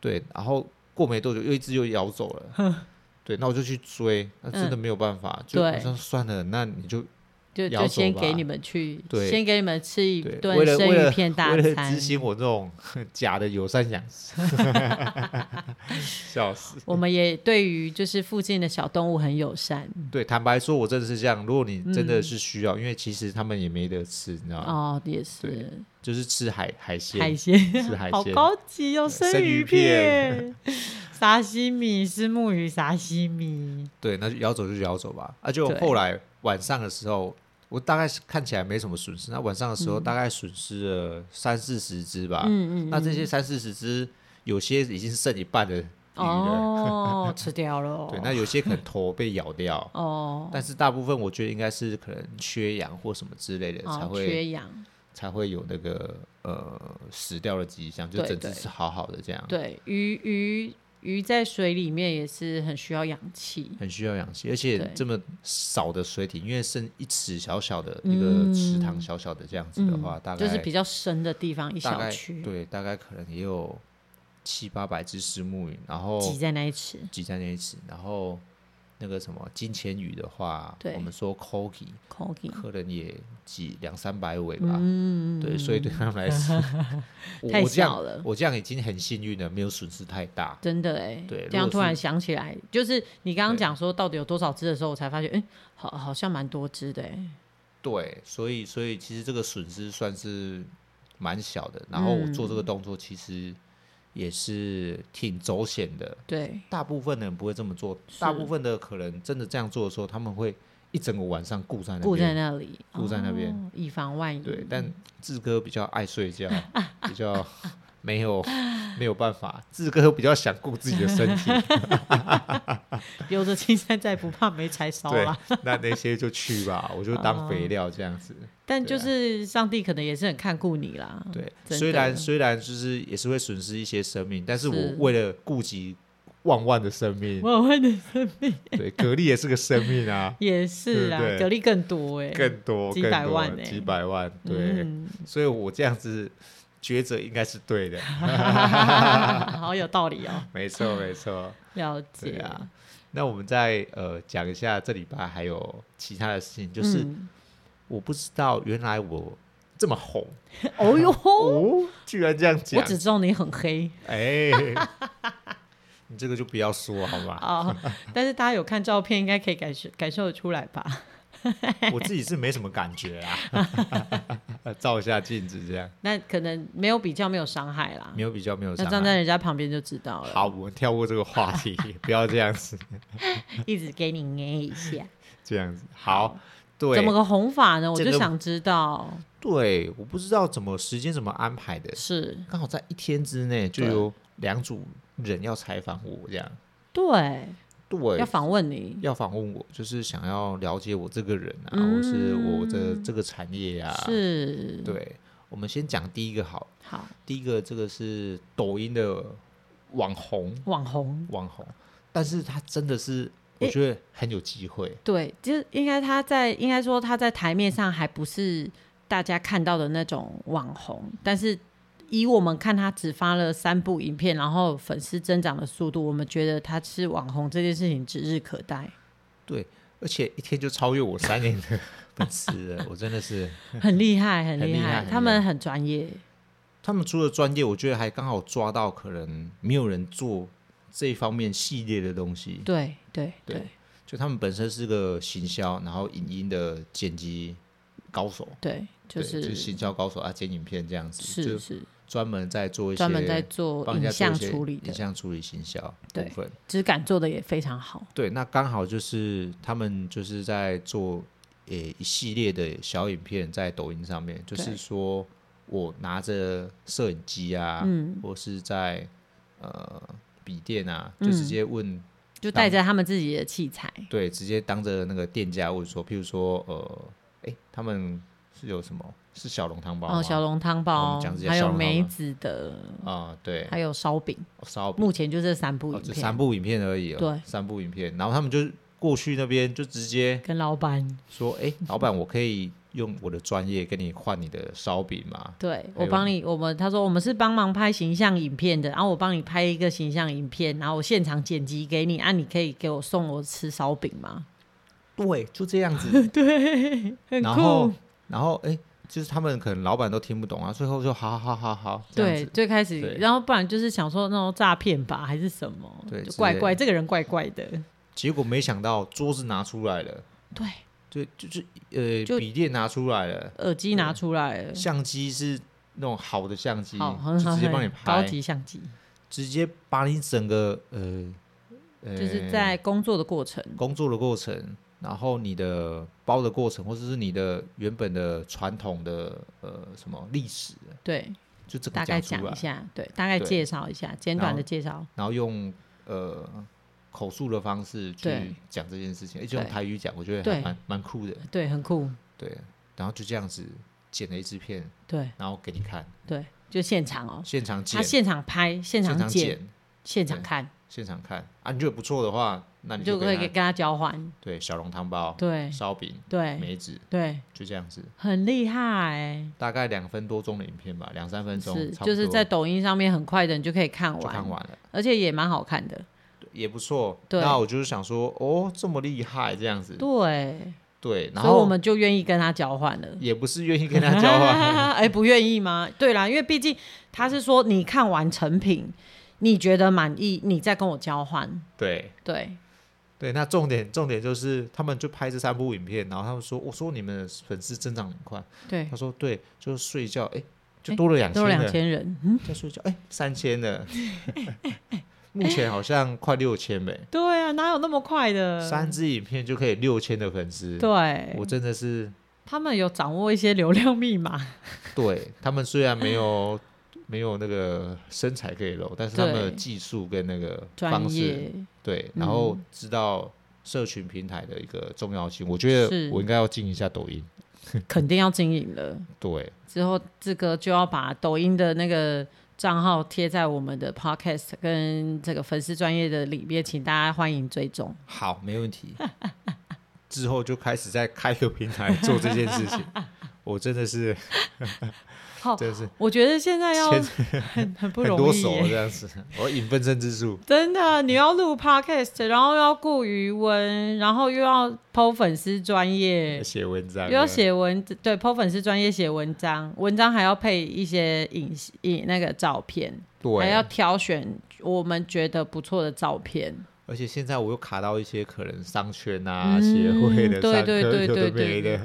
对，然后过没多久又一只又咬走了，对，那我就去追，那真的没有办法，就我嗯对说算了，那你就 就咬就走先吧给你们去，对先给你们吃一对顿为了生为鱼了片大 为了餐执。行我这种 假的友善养殖， 笑死。我们也对于就是附近的小动物很友善对，坦白说，我真的是这样。如果你真的是需要，因为其实他们也没得吃，你知道吗？嗯哦，也是就是吃海海鲜，海鲜，吃海好鲜嗯高级哦，生生鱼鱼片、 沙西米是木鱼沙西米，对，那就咬走就咬走吧。而且我对后来晚上的时候，我大概是看起来没什么损失。那晚上的时候，大概损失了三四十只吧。嗯嗯嗯，那嗯这些三四十只，有些已经剩一半的鱼了，哦，吃掉了哦， 对，那有些 可能头被咬掉，哦，但是大部分我觉得应该是可能缺氧或什么之类的，哦才会缺氧，才会有那个呃死掉的迹象，就对整只对是好好的这样，对，鱼鱼鱼在水里面也是很需要氧气，很需要氧气，而且对这么少的水体，因为剩一尺小小的一个池塘小小的这样子的话，大概嗯就是比较深的地方一大小概区对，大概可能也有七八百只石目鱼，然后挤在那一池，挤在那一起，然后那个什么金钱鱼的话，对我们说 c o k i 空气可能也几两三百尾吧，嗯对，所以对他们来 说，我太我这小了样我这样已经很幸运了，没有损失太大。真的哎、对如这样果突是然想起来，就是你刚刚对讲说到底有多少只的时候，我才发现，哎、好好像蛮多只的哎、对，所以所以其实这个损失算是蛮小的。然后我做这个动作，其实也是挺走险的。对，大部分人不会这么做，大部分的可能真的这样做的时候，他们会一整个晚上顾在那固在边。那里，固在那边哦以防万一。对，但志哥比较爱睡觉，比较没有没有办法，志哥比较想顾自己的身体。有着青山在，不怕没柴烧对啦。，那那些就去吧，我就当肥料这样子。但就对啊是上帝可能也是很看顾你啦。对，嗯真虽的然虽然就是也是会损失一些生命，但是我是为了顾及万万的生命，我问的，对，蛤蜊也是个生命啊 也是啦，对蛤不蜊更多哎、 更多几更百多万欸几百万，对，嗯， 所以我这样子抉择应该是对的，好有道理哦，没错没错，了对解啊。那我们再呃讲一下这礼拜还有其他的事情，就是、嗯我不知道原来我这么红 哦哟，哦，居然这样我讲，只知道你很黑 哎，你这个就不要说好吗？啊、 但是大家有看照片，应该可以感受感受得出来吧？ 我自己是没什么感觉啊， 照一下镜子这样，那可能没有比较，没有伤害啦。没有比较，没有那伤站害。在人家旁边就知道了。好，，我们跳过这个话题， 不要这样子，一直给你捏一下。这样子。好，对怎么个红法呢？我这就个想知道。对，我不知道怎么时间怎么安排的，是，刚好在一天之内就对有两组人要采访我，这样对，对要，访问你。要访问我，就是想要了解我这个人啊，嗯或是我的这个产业啊，是，对，我们先讲第一个好，好，第一个这个是抖音的网红，网红，网红，但是他真的是我诶觉得很有机会，对，就是应该他在，应该说他在台面上还不是大家看到的那种网红，但是以我们看他只发了三部影片，然后粉丝增长的速度，我们觉得他是网红这件事情指日 可待，而且一天就超越我三年的粉丝了，我真的是。很厉害，很很厉厉害害，很他厉们害很专业，他们除了专业，我觉得还刚好抓到可能没有人做这一方面系列的东西。对对对对就他们本身是个行销，然后影音的剪辑高手，对，就对就是是行销高手啊，剪影片这样子，是就是专门在做一些专门在做帮人影家做像一些处理影的，像处理行销部对分。质感做的也非常好，对，那刚好就是他们就是在做呃一系列的小影片在抖音上面，就对是说我拿着摄影机啊，嗯或是在呃笔电啊，就嗯直接问，就当带着他们自己的器材，对，直接当着那个店家问说，譬如说呃，哎、他们是有什么是小笼汤包吗？哦，小笼汤我包们讲这，些还有小笼汤梅吧子的，啊、对，还有烧饼，烧饼目前就这三部哦影这片。三部影片而已、哦，对，三部影片，然后他们就过去那边就直接。跟老板，说：“哎、老板，我可以用我的专业跟你换你的烧饼吗对哎我呦帮你，我们他说我们是帮忙拍形象影片的，然后我帮你拍一个形象影片，然后我现场剪辑给你，啊，你可以给我送我吃烧饼吗？？”对，就这样 子。对，很然后酷。，然后，哎、就是他们可能老板都听不懂啊，最后就好好好好，这样对，子。最开始，对然后不然就是想说那种诈骗吧，还是什么，对就之怪类怪，的这个人怪怪的，结果没想到桌子拿出来了，对，对，就是呃，就笔电拿出来了，耳机拿出来了，相机是那种好的相机，好，就很好，直接很帮你高拍，级相机，直接把你整个呃，呃就是在工作的过程，工作的过程，然后你的包的过程，或者是你的原本的传统的呃什么历史，对，就整个大概讲出讲来一，下，对，大概对介绍一下，简然短后的介绍，然后哎用呃口述的方式对去讲这件事情，而且用对台语讲，我觉得对还蛮蛮酷的。对，很酷，对，然后就这样子剪了一支片，对然后给你看，对，就现场哦，现场剪，他现场拍，现现场场剪，剪，现场对看，现场看啊，你觉得不错的话，那你就可可以跟他交换，对小笼汤包、对烧饼、对梅子，对，就这样子，很厉害，大概两分多钟的影片吧，两三分钟，是，差不就是多在抖音上面很快的你就可以看就看完，完了，而且也蛮好看的，对也不错。对那我就是想说，哦，这么厉害这样子，对，对，然所以我后们就愿意跟他交换了。也不是愿 意跟他交 换， 哎、不愿意吗？对啦，因为毕竟他是说你看完成品，你觉得满意，你再跟我交换。对。对对，那重点重点就是，他们就拍这三部影片，然后他们说，我说你们的粉丝增长很快，对，他说对，就是睡觉，哎，就哎多了两千都两了，千人， 嗯，在睡觉，哎，三千了， 目前好像快六千没，对啊，哪有那么快的？三支影片就可以六千的粉丝，呃对，我真的是他们有掌握一些流量密码，对他们虽然没 有没有那个身材可以露，但是他们对的技术跟那个专方式，业 对，然后知道社群平台的一个重要性，我觉是得我应该要进一下抖音。肯定要经营了。对，之后这个就要把抖音的那个账号贴在我们的 podcast 跟这个粉丝专业的里面，请大家欢迎追踪。好，没问 题。之后就开始在开个平台做这件 事情，我真的是好， 真的是我觉得现在要牵很很不很容多易手耶这样子，我引分身之术。真的，啊你要录 podcast，然后又要顾余温，然后又要剖粉丝专业，写文章又要写文，对，剖粉丝专业写文章，文章还要配一些影影那个照片，对，还要挑选我们觉得不错的照片。而且现在我又卡到一些可能商圈啊、协会的、嗯对商对科对有的对对没的，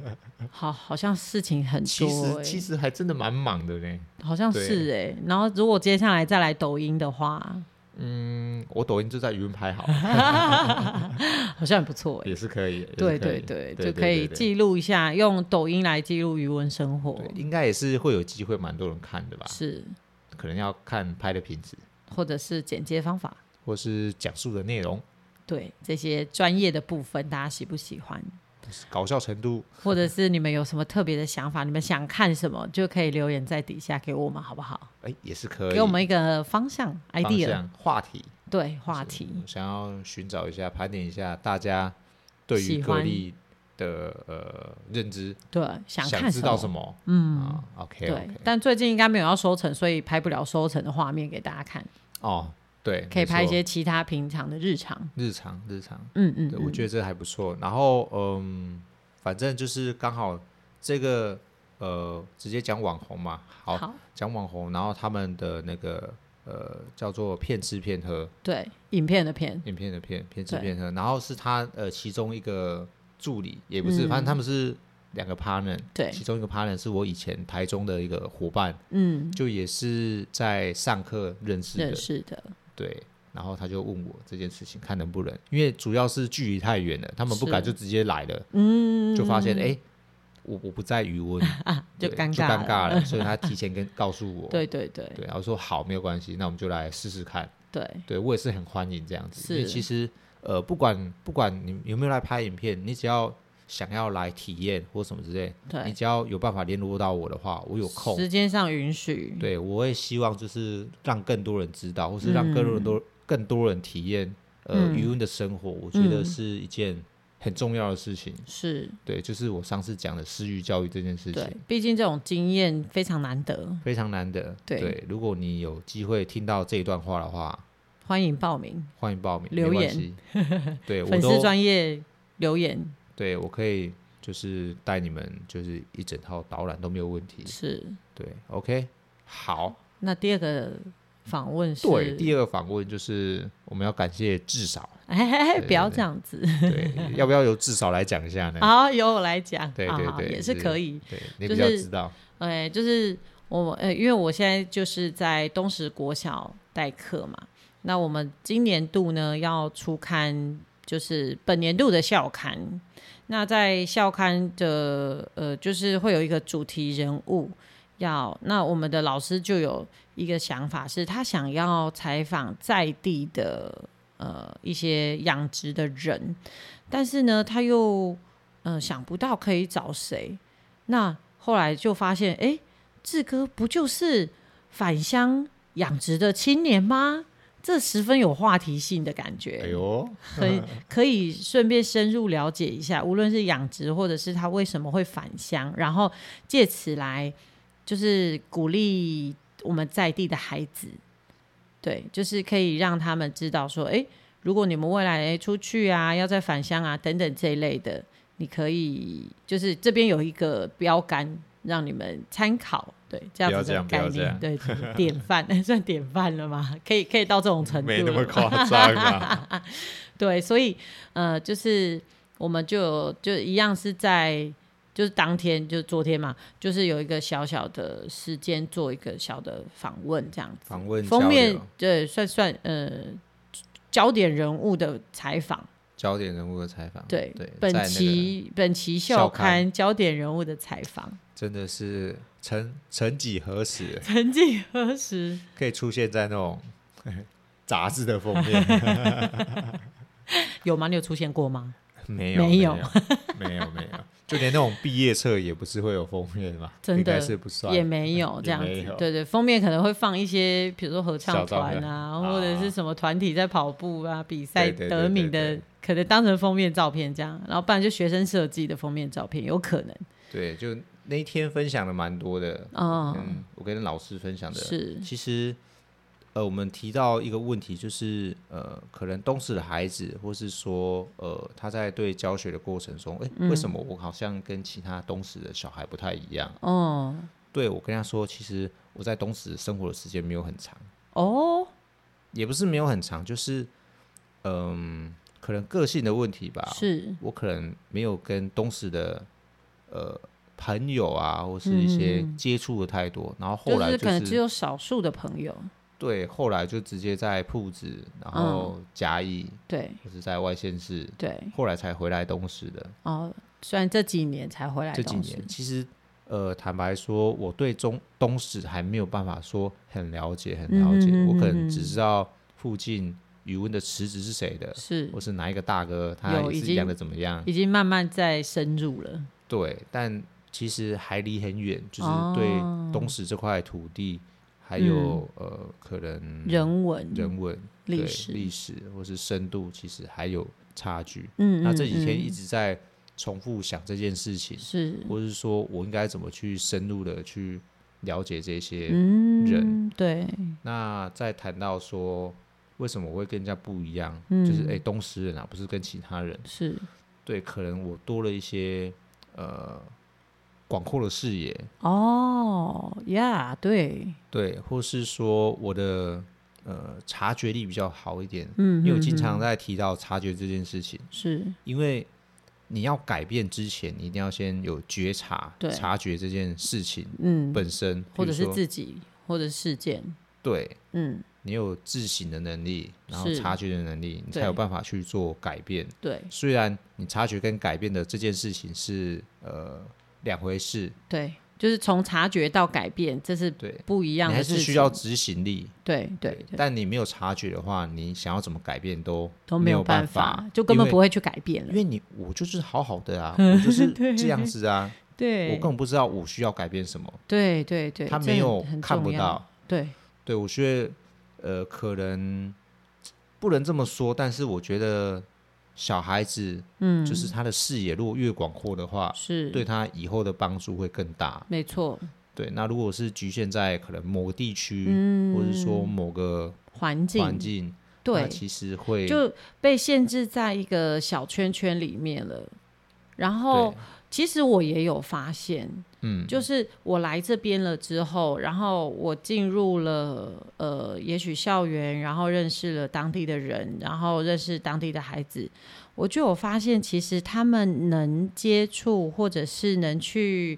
好，好像事情很嗯其多、实其欸，实还真的蛮忙的呢。好像是哎、然后如果接下来再来抖音的话，嗯，我抖音就在语音 拍好，好像也不错哎、也是可以，也是对可以对对，对就可以对对记录一下，用抖音来记录余温生活对，应该也是会有机会蛮多人看的吧？是，可能要看拍的品质，或者是剪接方法。或是讲述的内容。对这些专业的部分，大家喜不喜欢？搞笑程度，或者是你们有什么特别的想法，你们想看什么，就可以留言在底下给我们，好不好？哎、也是可以。给我们一个方向方 idea，向话题，对话题，想要寻找一下、盘点一下大家对于喜格欢力的呃认知，对，想想看知道什么？嗯，啊，OK 对 OK，。但最近应该没有要收成，所以拍不了收成的画面给大家看，哦，对，可以没错拍一些其他平常的日常。日常日常，嗯嗯对，我嗯，觉得这还不错。然后嗯，反正就是刚好这个呃，直接讲网红嘛，好，好，讲网红，然后他们的那个呃叫做骗吃骗喝，对，影片的片，影片的骗骗吃对骗喝，然后是他呃其中一个助理，也不是，嗯反正他们是两个 partner，对其中一个 partner 是我以前台中的一个伙伴，嗯，就也是在上课认识的认，识的，对。然后他就问我这件事情，看能不能，因为主要是距离太远了，他们不敢是就直接来了，嗯，就发现哎、诶我我不在余温， 就对尴就尬尴尬了，所以他提前跟告诉我， 对对对对，然后说好，没有关系，那我们就来试试看。对，对我也是很欢迎这样子，因为是其实呃，不管不管你有没有来拍影片，你只要想要来体验或什么之类，对你只要有办法联络到我的话，我有空，时间上允许，对我会希望就是让更多人知道，或是让更多人多、更多人体验呃嗯余温的生活，我觉得嗯是一件很重要的事情。是，对，就是我上次讲的私域教育这件事对情。，毕竟这种经验非常难得，非常难得，对对，如果你有机会听到这一段话的话，欢迎报名，欢迎报名留言，没关系 对我粉丝都专业留言对我可以就是带你们就是一整套导览都没有问题。是。对，OK，好，那第二个访问是，对，第二个访问就是我们要感谢至少， 哎，对不要对这样子，对，要不要由至少来讲一下呢？ 好，由我来讲，对好对好对也是是可以，对你啊就比较是知道，哎，就是我呃，因为我现在就是在东石国小代课嘛，那我们今年度呢要出刊，就是本年度的校刊。那在校刊的呃，就是会有一个主题人物要，那我们的老师就有一个想法，是他想要采访在地的呃一些养殖的人，但是呢，他又呃想不到可以找谁，那后来就发现，哎，志哥不就是返乡养殖的青年吗？这十分有话题性的感觉。哎呦，可以可以顺便深入了解一下，无论是养殖或者是他为什么会返乡，然后借此来就是鼓励我们在地的孩子，对，就是可以让他们知道说，诶，如果你们未来诶出去啊，要再返乡啊等等这一类的，你可以就是这边有一个标杆让你们参考。对，这样不要子这的样概不要这念样，对，典范 算典范了吗？可以，可以到这种程度了， 没那么夸张啊，对，所以呃，就是我们就有就一样是在就是当天就昨天嘛，就是有一个小小的时间做一个小的访问这样子。访问封交面流对算算呃焦点人物的采访，焦点人物的采访，对嗯对，在那本个期、本期校校刊刊焦点人物的采访， 真的是曾曾几何时曾几何时，可以出现在那种 杂志的封 面，有吗？你有出现过吗？没有，没没有，没有，没有， 就连那种毕业册也不是会有封面嘛，真应该的是不算，也没有嗯也这样没子有，对对，封面可能会放一些，比如说合小唱照团片啊，啊或者是什么团体在跑步啊、比赛对对对得名对的对，可能当成封面照片这样，然后不然就学生设计的封面照片，有可能，对，就那一天分享的蛮多的，嗯，嗯，我跟老师分享的，是其实呃，我们提到一个问题，就是呃，可能东市的孩子，或是说呃，他在对教学的过程中，哎、嗯为什么我好像跟其他东市的小孩不太一样？哦对我跟他说，其实我在东市生活的时间没有很长，哦，也不是没有很长，就是嗯、可能个性的问题吧，是我可能没有跟东石的呃朋友啊，或是一些接触的太多，然后后嗯就来是就可是能只有少数的朋友，对，后来就直接在铺子，然后嗯嘉义，对或是在外县市，对后来才回来东石的。哦，虽然这几年才回来这几东石年，其实呃，坦白说，我对中东石还没有办法说很了解，很了解，嗯哼我可嗯能哼只知道附近宇文的池子是谁的，是或是哪一个大哥他有也已是经养的怎么样？已经慢慢在深入了，对，但其实还离很远，就是对哦嗯东石这块土地，还有、呃可能人文、人文、历对史，历史或是深度，其实还有差距。嗯，那嗯这几天一嗯直在重复想这件事情，是或是说我应该怎么去深入的去了解这些。嗯，对，那再谈到说为什么我会跟人家不一样，嗯就是诶，东石人啊，不是跟其他人，是对，可能我多了一些呃广阔的视野，哦呀，对，对，或是说我的呃察觉力比较好一点，嗯，因为我嗯经常嗯在提到察觉这件事情，是因为你要改变之前，你一定要先有觉察对、察觉这件事情嗯，本身，或者比如是说自己或者是事件，对嗯，你有自省的能力，然后是察觉的能力，你才对有办法去做改变。对虽然你察觉跟改变的这件事情是呃两回事，对，就是从察觉到改变，这是对，不一你样还的事是情，需要执行力。对对对，但你没有察觉的话，你想要怎么改变都都没有办法，就根本不会，会去改变因了，为你我就是好好的 啊，我就是这样子啊，我对根，本不知道我需要改变什么，对对对，他这没有很看不，很重要到。对，对我觉得呃，可能不能这么说，但是我觉得小孩子嗯，就是他的视野如果越广阔的话，是对，他以后的帮助会更大。没错，对，那如果是局限在可能某个地区，嗯，或者是说某个环境，环境，那对，其实会就被限制在一个小圈圈里面了。然后对，其实我也有发现，嗯，就是我来这边了之后，然后我进入了呃，也许校园，然后认识了当地的人，然后认识当地的孩子，我就有发现，其实他们能接触或者是能去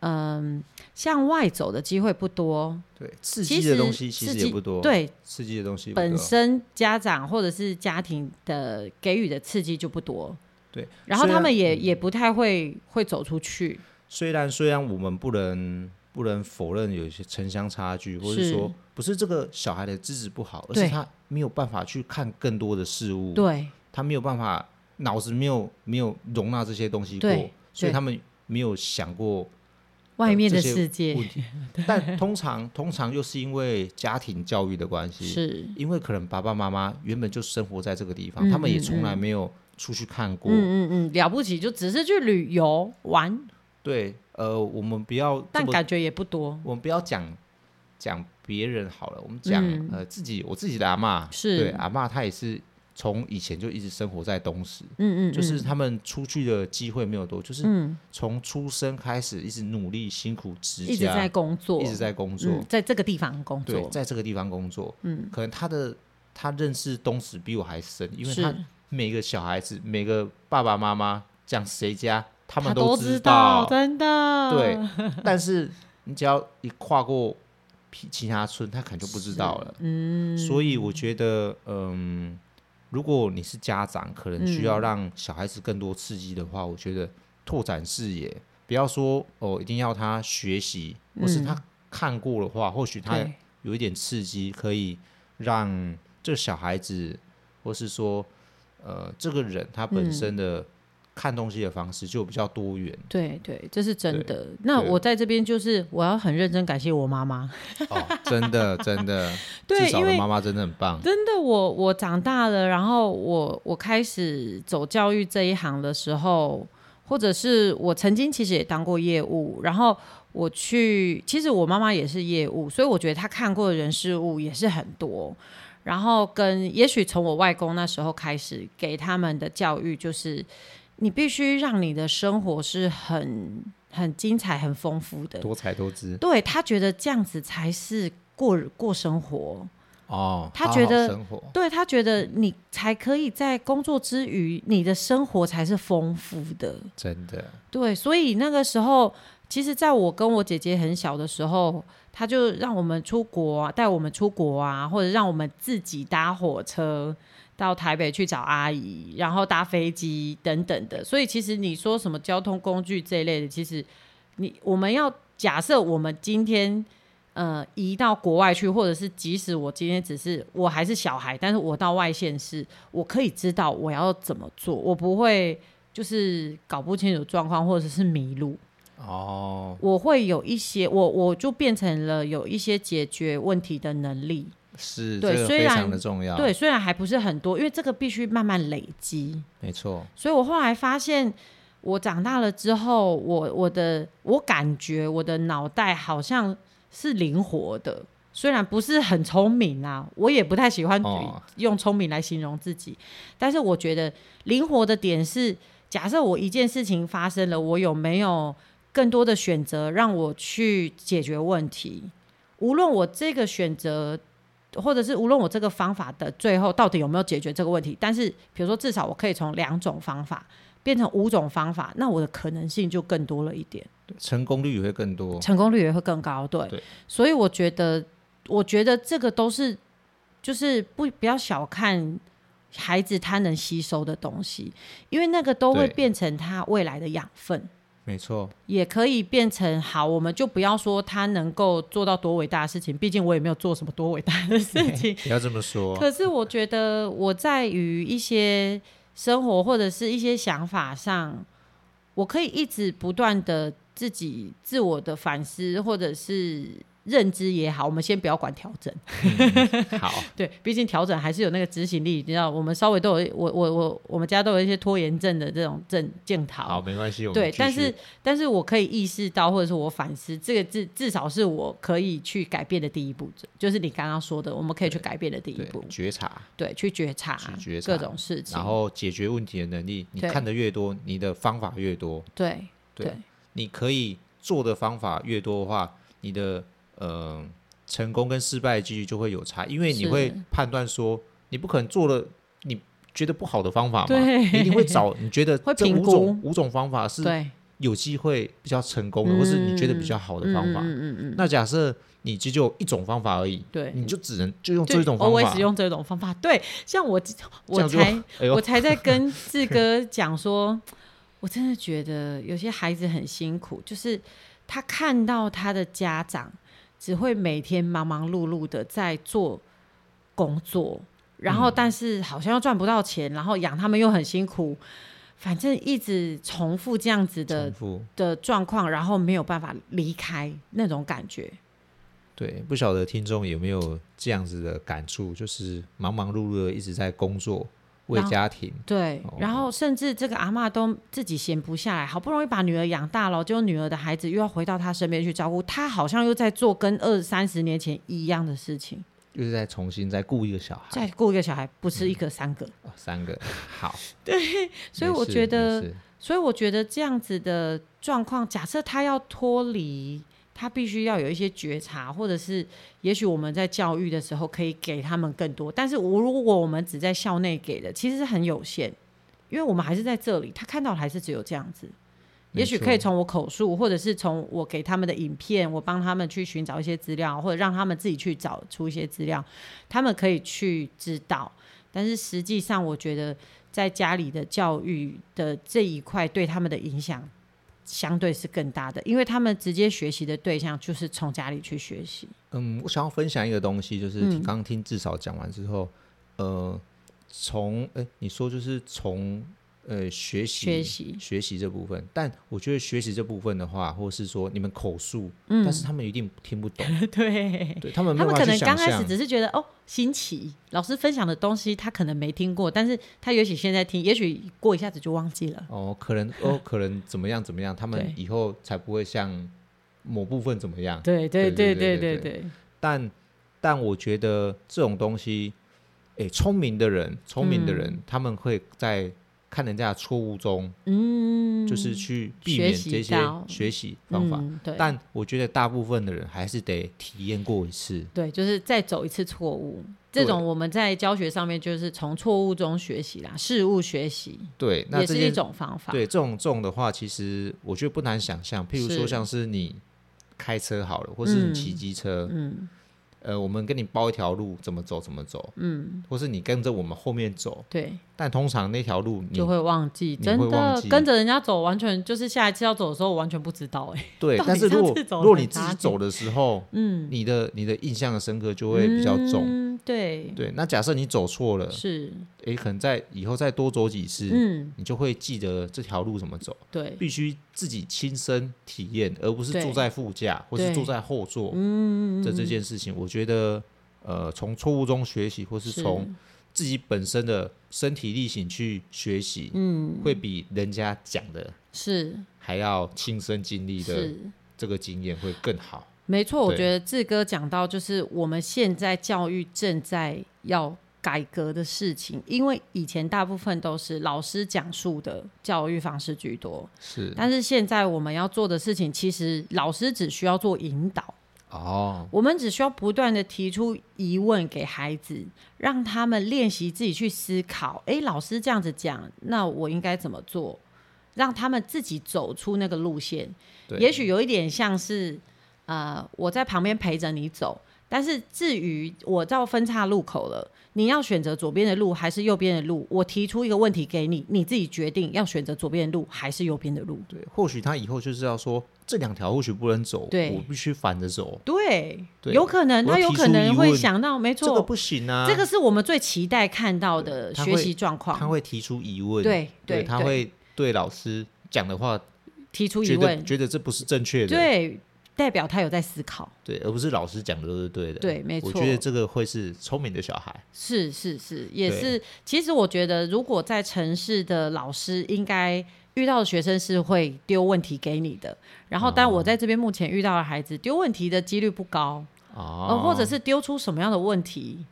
嗯、向外走的机会不多，对刺其激的东实西其刺实也激不多，，对，刺激的东西不本多身家长或者是家庭的给予的刺激就不多，对，然后虽他然们也也不太会会走出去，虽然虽然我们不能不能否认有一些城乡差距，或是是说不是这个小孩的资质不好，而是对他没有办法去看更多的事物，对他没有办法脑子没有没有容纳这些东西过对，所对以他们没有想过 外面的呃这些世界问题。但通常通常又是因为家庭教育的关系，是，因为可能爸爸妈妈原本就生活在这个地方，嗯他们也嗯从来嗯没有出去看过。嗯嗯嗯，了不起就只是去旅游玩，对，呃，我们不要这但么感觉也不多，我们不要讲讲别人好了，我们讲、嗯呃自己，我自己的阿嬷，是对阿嬷她也是从以前就一直生活在东石，嗯嗯，就是嗯他们出去的机会没有多，就是嗯，从出生开始一直努力辛苦持家，一直在工作，一直在工作，嗯，在这个地方工对，作，在这个地方工作，嗯，可能他的他认识东石比我还深，因为是他每个小孩子每个爸爸妈妈讲谁家，他他们都知道，真的，对，但是你只要一跨过其其他村，他可能就不知道了。嗯，所以我觉得，嗯，如果你是家长，可能需要让小孩子更多刺激的话，我觉得拓展视野，不要说哦，一定要他学习，或是他看过的话，或许他对有一点刺激，可以让这小孩子，或是说，呃，这个人他本身的看东西的方式就比较多元。对对，这是真对的。那对我在这边就是我要很认真感谢我妈妈，哦，真 的真的，对至少因的为妈妈真的很棒。真的，我我长大了，然后我我开始走教育这一行的时候，或者是我曾经其实也当过业务，然后我去，其实我妈妈也是业务，所以我觉得她看过的人事物也是很多。然后跟也许从我外公那时候开始给他们的教育，就是你必须让你的生活是很很精彩、很丰富的。多才多姿对他觉得这样子才是过过生活，哦，他好觉好得生活对他觉得你才可以在工作之余，你的生活才是丰富的。真的对，所以那个时候，其实在我跟我姐姐很小的时候，他就让我们出国、啊，带我们出国啊，或者让我们自己搭火车到台北去找阿姨，然后搭飞机等等的。所以其实你说什么交通工具这一类的，其实你我们要假设我们今天。呃移到国外去，或者是即使我今天只是我还是小孩，但是我到外县市，我可以知道我要怎么做，我不会就是搞不清楚状况或者是迷路。哦，我会有一些，我我就变成了有一些解决问题的能力。是，对这个虽非然常的重要，对，，虽然还不是很多，因为这个必须慢慢累积。没错，所以我后来发现，我长大了之后，我我的我感觉我的脑袋好像是灵活的，虽然不是很聪明啊，我也不太喜欢哦用聪明来形容自己，但是我觉得灵活的点是，假设我一件事情发生了，我有没有更多的选择让我去解决问题？无论我这个选择，或者是无论我这个方法的最后到底有没有解决这个问题，但是比如说至少我可以从两种方法变成五种方法，那我的可能性就更多了一点，成功率也会更多。成功率也会更高。对，哦对所以我觉得，我觉得这个都是就是不不要小看。孩子他能吸收的东西，因为那个都会对变成他未来的养分。没错，也可以变成好，我们就不要说他能够做到多伟大的事情，毕竟我也没有做什么多伟大的事情。不要这么说。可是我觉得我在于一些生活或者是一些想法上，我可以一直不断的自己自我的反思，或者是认知也好，我们先不要管调整。 好，对，毕竟调整还是有那个执行力，你知道，我们稍微都有我我我我们家都有一些拖延症的这种症症讨。好，没关系，我们对，继续但是但是我可以意识到，或者是我反思，这个至至少是我可以去改变的第一步，就是你刚刚说的，我们可以去改变的第一对步，觉察，对，去觉察去觉察各种事情，然后解决问题的能力，你对看的越多，你的方法越多，对对你可以做的方法越多的话，你的呃成功跟失败的几率就会有差，因为你是会判断说，你不可能做了你觉得不好的方法嘛，对你一定会找你觉得 会这评五估种五种方法是对，有机会比较成功的，或是你觉得比较好的方法。嗯嗯嗯嗯，那假设你只有一种方法而已，对。你就只能就用就这种方法 always，用这种方法，对，像我这我样就才哎我呦，才在跟志哥讲说，我真的觉得有些孩子很辛苦，就是他看到他的家长只会每天忙忙碌碌的在做工作，嗯然后但是好像又赚不到钱，然后养他们又很辛苦，反正一直重复这样子的重复，的状况，然后没有办法离开那种感觉。对，不晓得听众有没有这样子的感触，就是忙忙碌碌的一直在工作，为然后家庭，对哦，然后甚至这个阿嬷都自己闲不下来，好不容易把女儿养大了，结果女儿的孩子又要回到她身边去照顾，她好像又在做跟二三十年前一样的事情，就是在重新再雇一个小孩，再顾一个小孩，不是一个三个。哦三个，好， 所以没我事觉没得事所以我觉得这样子的状况，假设他要脱离，他必须要有一些觉察，或者是也许我们在教育的时候可以给他们更多，但是我如果我们只在校内给的，其实是很有限，因为我们还是在这里，他看到的还是只有这样子。没也许可以错从我口述，或者是从我给他们的影片，我帮他们去寻找一些资料，或者让他们自己去找出一些资料，他们可以去知道。但是实际上，我觉得在家里的教育的这一块对他们的影响相对是更大的，因为他们直接学习的对象就是从家里去学习。 嗯，我想要分享一个东西，就是嗯刚刚听至少讲完之后，呃，从哎、你说就是从呃学习学习学习这部分，但我觉得学习这部分的话，或是说你们口述，但是他们一定听 不懂，对，对他们没嗯他有办们可法去能想刚开始象。只是觉得哦新奇，老师分享的东西他可能没听过，但是他也许现在听，也许过一下子就忘记了。哦，可能哦，可能怎么样怎么样，他们对以后才不会像某部分怎么样。对对对对对对对对对对，但但我觉得这种东西，哎、聪明的人，聪明的人，他们会在看人家的错误中，嗯，就是去避学免习这些到学习方法。嗯对，但我觉得大部分的人还是得体验过一次。对，就是再走一次错误。这种我们在教学上面就是从错误中学习啦，事物学习对，那也这是些一种方法。对这种这种的话，其实我觉得不难想象。譬如说，是像是你开车好了，或是你嗯骑机车，嗯，呃，我们跟你包一条路，怎么走怎么走，嗯，或是你跟着我们后面走，对，但通常那条路你就会忘记，你真会忘的记跟着人家走，完全就是下一次要走的时候，我完全不知道哎、对到，底但是上如果次走如果哪你一自己家店走的时候，嗯，你的你的印象的深刻就会比较重。嗯，对，对，那假设你走错了，是，诶，可能在以后再多走几次，嗯，你就会记得这条路怎么走，对，必须自己亲身体验，而不是对坐在副驾或是对坐在后座。嗯，这这件事情，我觉得，呃，从错误中学习，或是从自己本身的身体力行去学习，嗯，会比人家讲的是还要亲身经历的是。这个经验会更好。没错，我对觉得志哥讲到就是我们现在教育正在要改革的事情，因为以前大部分都是老师讲述的教育方式居多，是但是现在我们要做的事情，其实老师只需要做引导，哦，我们只需要不断的提出疑问给孩子，让他们练习自己去思考。诶，老师这样子讲，那我应该怎么做？让他们自己走出那个路线。对，也许有一点像是，呃，我在旁边陪着你走，但是至于我到分岔路口了，你要选择左边的路还是右边的路，我提出一个问题给你，你自己决定要选择左边的路还是右边的路。对，或许他以后就是要说这两条或许不能走，对我必须反着走，对，对有可能我要他有提可出能疑会问想到，没这错，个不行啊，这个是我们最期待看到的对他学会习状他况。会提出疑问，对对，他对会对老师讲的话提出疑觉得问，觉得这不是正确的，对，代表他有在思考。对而不是老师讲的都是对的，对没我错觉得这个会是聪明的小孩，是是是，也对是。其实我觉得，如果在城市的老师应该遇到的学生是会丢问题给你的，然哦后，但我在这边目前遇到的孩子丢问题的几率不高，呃，哦，或者是丢出什么样的问题，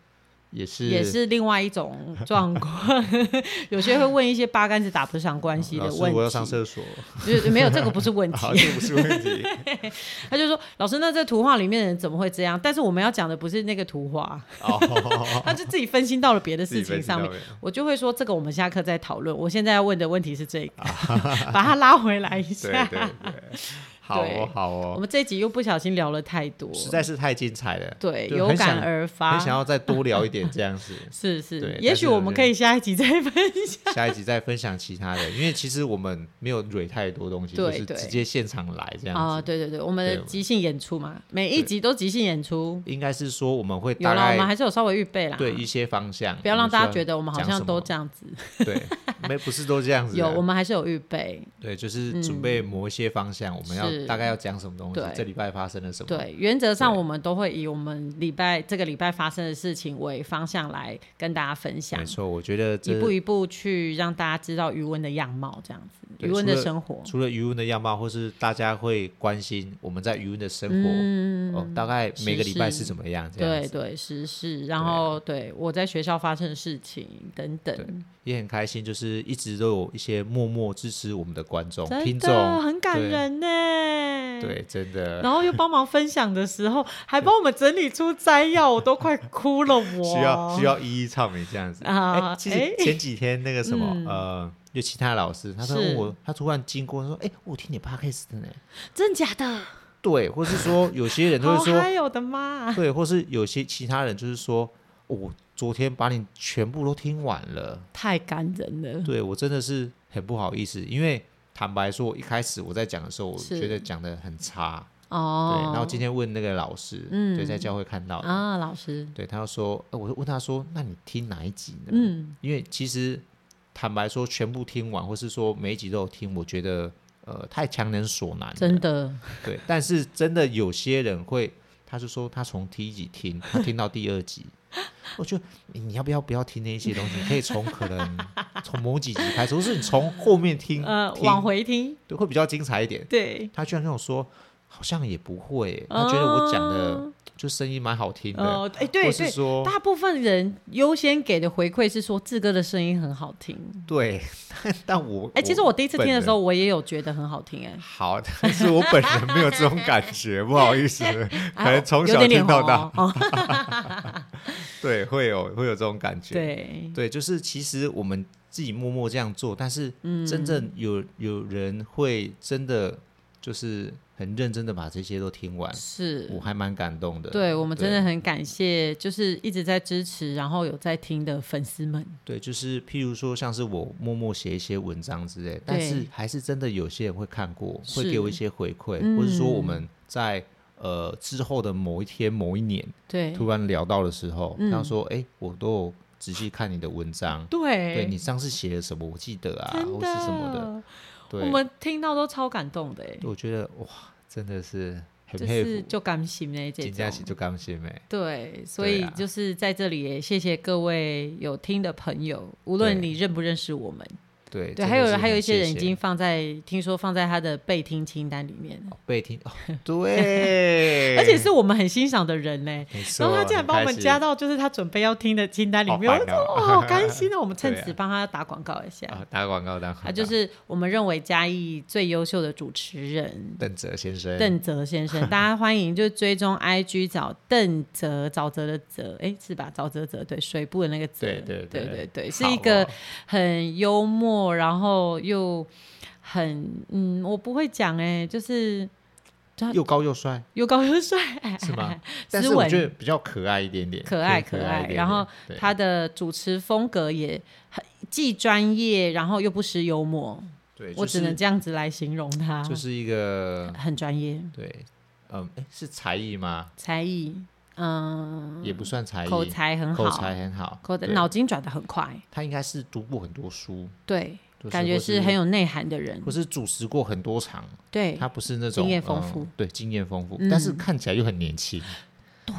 也是也是另外一种状况。 有些会问一些八竿子打不上关系的哦老师问题，我要上厕 所，就是没有这个不是问题 好，，这不是问 题，他就说：“老师，那这图画里面的人怎么会这样？”但是我们要讲的不是那个图画，哦， 他就自己分心到了别的自己事情上面。面，我就会说：“这个我们下课再讨论。”我现在要问的问题是这个， 把他拉回来一对下。啊对 对，好对哦好我哦，们这集又不小心聊了太多，实在是太精彩了，对就有很感想而很发。想要再多聊一点这样子。是是对，也但许是我我们觉可得以下一集再分享。 下一集再分享其他的，因为其实我们没有蕊太多东西，就对是对直接现场来这啊、样子。对对对，我们对的我们即兴演出嘛，每一对集都即兴演出。应该是说我们会有大啦，我们概还是有稍微预备啦。对一些方向，不要让大家觉得得我们好讲像什都么这样子。对，没不是啊都这样子的。有，我们还是有预备。对，就是准备某一些方向，我们是要大概要讲什么东西对，这礼拜发生了什么。对，原则上对我们都会以我们礼拜这个礼拜发生的事情为方向来跟大家分享没，错，我觉得一步这一步去让大家知道余温的样貌，这样子，对余温的除了生活。除了余温的样貌，或是大家会关心我们在余温的生活哦，大概每个礼拜嗯是是是怎么样这样对子，对，时事，对然啊后对我在学校发生的事情等等，也很开心，就是一直都有一些默默支持我们的观众、真听的众，很感对人呢。。对，真的。然后又帮忙分享的时候，还帮我们整理出摘要，我都快哭了。我需要需要一一唱名这样子啊哎其哎实前几天那个什么、嗯呃，就其他老师，他突然是问我，他突然经过他说：“哎、我听你 podcast 呢。真假的，” 对，或是 说有些人就好会说，嗨哦！我的妈， 对，或是有些其他人就是说，哦我昨天把你全部都听完了，太感人了。对我真的是很不好意思，因为坦白说，我一开始我在讲的时候，我是觉得讲的很差，对。哦，然后今天问那个老师，嗯对，在教会看到的，啊，老师，对，他就说，呃我就问他说，那你听哪一集呢？嗯，因为其实坦白说，全部听完，或是说每一集都有听，我觉得呃太强人所难了，真的对。但是真的有些人会，他就说他从第一集听，他听到第二集， 我觉得你你要不要不要听那些东西？你可以从可能从某几集开始，或是你从后面听，呃，嗯听往回听，对会比较精彩一点。对，他居然跟我说，好像也不会耶，他觉得我讲的哦就声音蛮好听的，哦，哎，对或是对，说大部分人优先给的回馈是说志哥的声音很好听，对，但但我哎，其实我第一次本听的人时候，我也有觉得很好听，哎，好，但是我本人没有这种感觉，不好 意思，可哎能从有小点脸听到红大，哦，哦对，会有会有这种感觉。对，对，就是其实我们嗯自己默默这样做，但是真正有有人会真的就是很认真的把这些都听完，是我还蛮感动的。对我们真的对很感谢，就是一直在支持，然后有在听的粉丝们。对，就是譬如说，像是我默默写一些文章之类，但是还是真的有些人会看过，是会给我一些回馈，嗯或者说我们在呃之后的某一天、某一年对突然聊到的时候，嗯他说：“哎、我都有仔细看你的文章，对对你上次写了什么，我记得啊，真或是什么的。”的，对，我们听到都超感动的哎，我觉得哇，真的是很就佩是服，就甘心那一金佳种。琪就刚写没。对，所对以啊就是在这里也谢谢各位有听的朋友，无论对你认不认识我们，对对，真还的有是还有很一些谢人已谢经放在听说放在他的备听清单里面，被听， 哦对，而且是我们很欣赏的人呢。没错，然后他竟然很把我开们心加到就是他准备要听的清单里好面，我烦就说哦 哦，好开心哦！我们趁对啊此帮他打广告一下。啊，打广告打广告，啊，就是我们认为嘉义最优秀的主持人邓哲先生，邓泽 先生，大家欢迎就追踪 IG 找邓泽，沼泽的泽，哎，是吧？沼泽泽，对，水部的那个泽，对对对对对对，是好一个哦很幽默，然后又很嗯，我不会讲哎、就是又高又帅，又高又帅，是吗？但哎斯是我文觉得比较可爱一点点，可爱对可可爱爱一点点，然后对他的主持风格也很既专业，然后又不失幽默，对，我只能这样子来形容他，样，就是嗯一个很专业，对，嗯，诶是才艺吗？才艺，嗯，也不算才艺，口才很好，口才很好，口才对脑筋转得很快，他应该是读过很多书，对，就是感觉或是是很有内涵的人或，是主持过很多场，对，他不是那种经验丰富嗯对，经验丰富嗯，但是看起来又很年轻，对，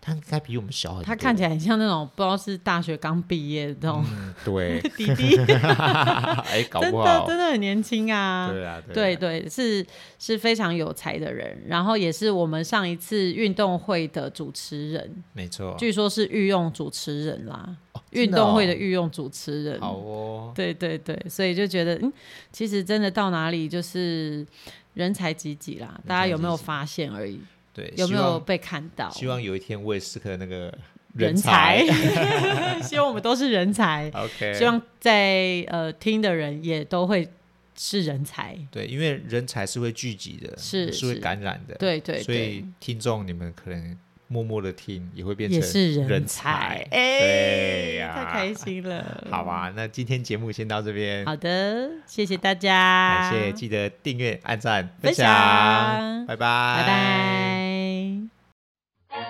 他应该比我们小很多，他看起来很像那种不知道是大学刚毕业的那种嗯 对，弟弟，哎， 搞真不的好，真的很年轻啊，对啊，对啊对，是是非常有才的人，然后也是我们上一次运动会的主持人，没错，据说是御用主持人啦，哦运真的哦动会的御用主持人。好哦，对对对，所以就觉得，嗯，其实真的到哪里就是人才济济啦，大家有没有济济发现而已，对，有希没有望被看到？希望有一天我也是个那个人才。才 希望我们都是人才， OK，希望在呃听的人也都会是人才。对，因为人才是会聚集的，是是会是感染的，对对所对以。听众你们可能默默的听，也会变成也是人才，哎、对呀太开心了。好吧，那今天节目先到这边，好的，谢谢大家，感谢，记得订阅、按赞、分享，享拜拜，拜拜拜。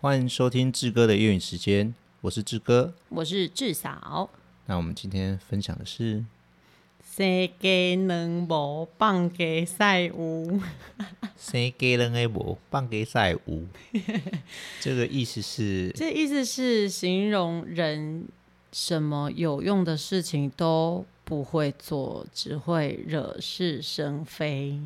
欢迎收听志哥的粤语时间，我是志哥。我是志嫂，那我们今天分享的是生鸡卵无放鸡屎有，生给人的无放给赛 无，这个意思是这意思是形容人什么有用的事情都不会做，只会惹是生非。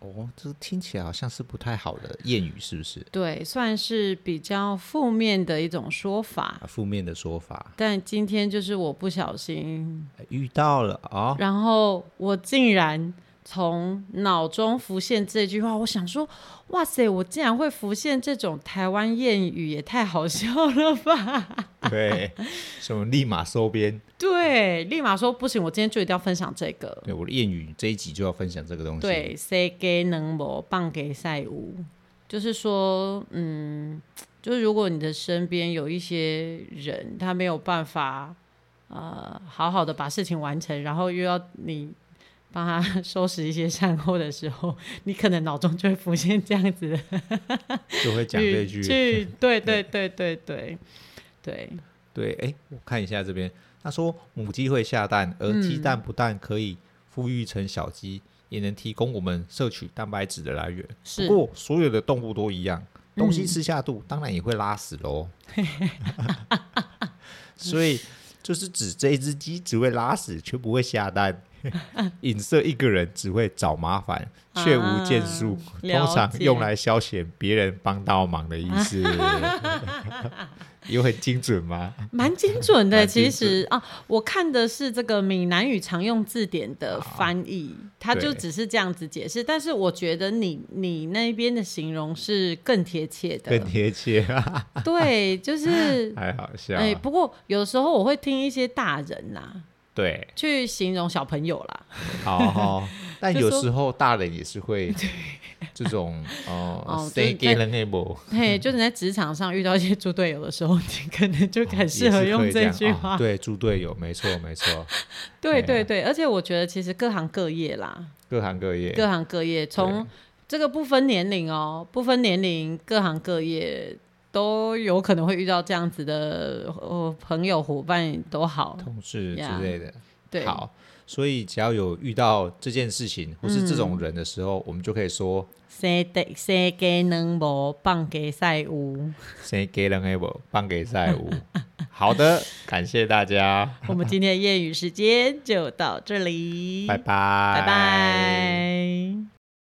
哦，这听起来好像是不太好的谚语，是不是？对，算是比较负面的一种说法啊，。负面的说法，但今天就是我不小心哎遇到了啊、哦，然后我竟然从脑中浮现这句话，我想说，哇塞，我竟然会浮现这种台湾谚语，也太好笑了吧？ 对， 什么立马收编，对，立马说不行，我今天就一定要分享这个。对我的谚语这一集就要分享这个东西，对，谁给能无棒给赛无，就是说，嗯，就是如果你的身边有一些人，他没有办法，呃，好好的把事情完成，然后又要你帮他 收拾一些善后的时候，你可能脑中就会浮现这样子的就会讲这句，句，对对对对对对，对，哎，嗯我看一下这边，他说母鸡会下蛋，而鸡蛋不但可以孵育成小鸡，也能提供我们摄取蛋白质的来源。是不过所有的动物都一样，东西嗯吃下肚，当然也会拉屎喽。 所以就是指这一只鸡只会拉屎，却不会下蛋。影射一个人只会找麻烦，却无建树，啊了通常解用来消遣别人帮到忙的意 思。 有很精准吗？蛮精准的，蛮精其准实啊，我看的是这个闽南语常用字典的翻译，它就啊对只是这样子解释。但是我觉得你你那边的形容是更贴切的，更贴切 啊，对， 就是还好笑啊、哎、不过有时候我会听一些大人啦、对，去形容小朋友啦， 好、但就有说时候大人也是 会这种哦哦，stay 就是 gay able，嘿，就是你在职场上遇到一些猪队友的时候， 你可能哦就很适合用这句话。对，猪队友，没错没错，对对啊对对，而且我觉得其实各行各业啦，各行各业，各行各业从这个不分年龄哦，不分年龄，各行各业都有可能会遇到这样子的呃朋友伙伴都好，同事呀之类的。对，嗯好，所以只要有遇到这件事情或是这种人的时候，我们就可以 说生得生给能无放给赛无，谁给人 able 帮给在 无。好的，感谢大家，我们今天的谚语时间就到这里，拜拜，拜拜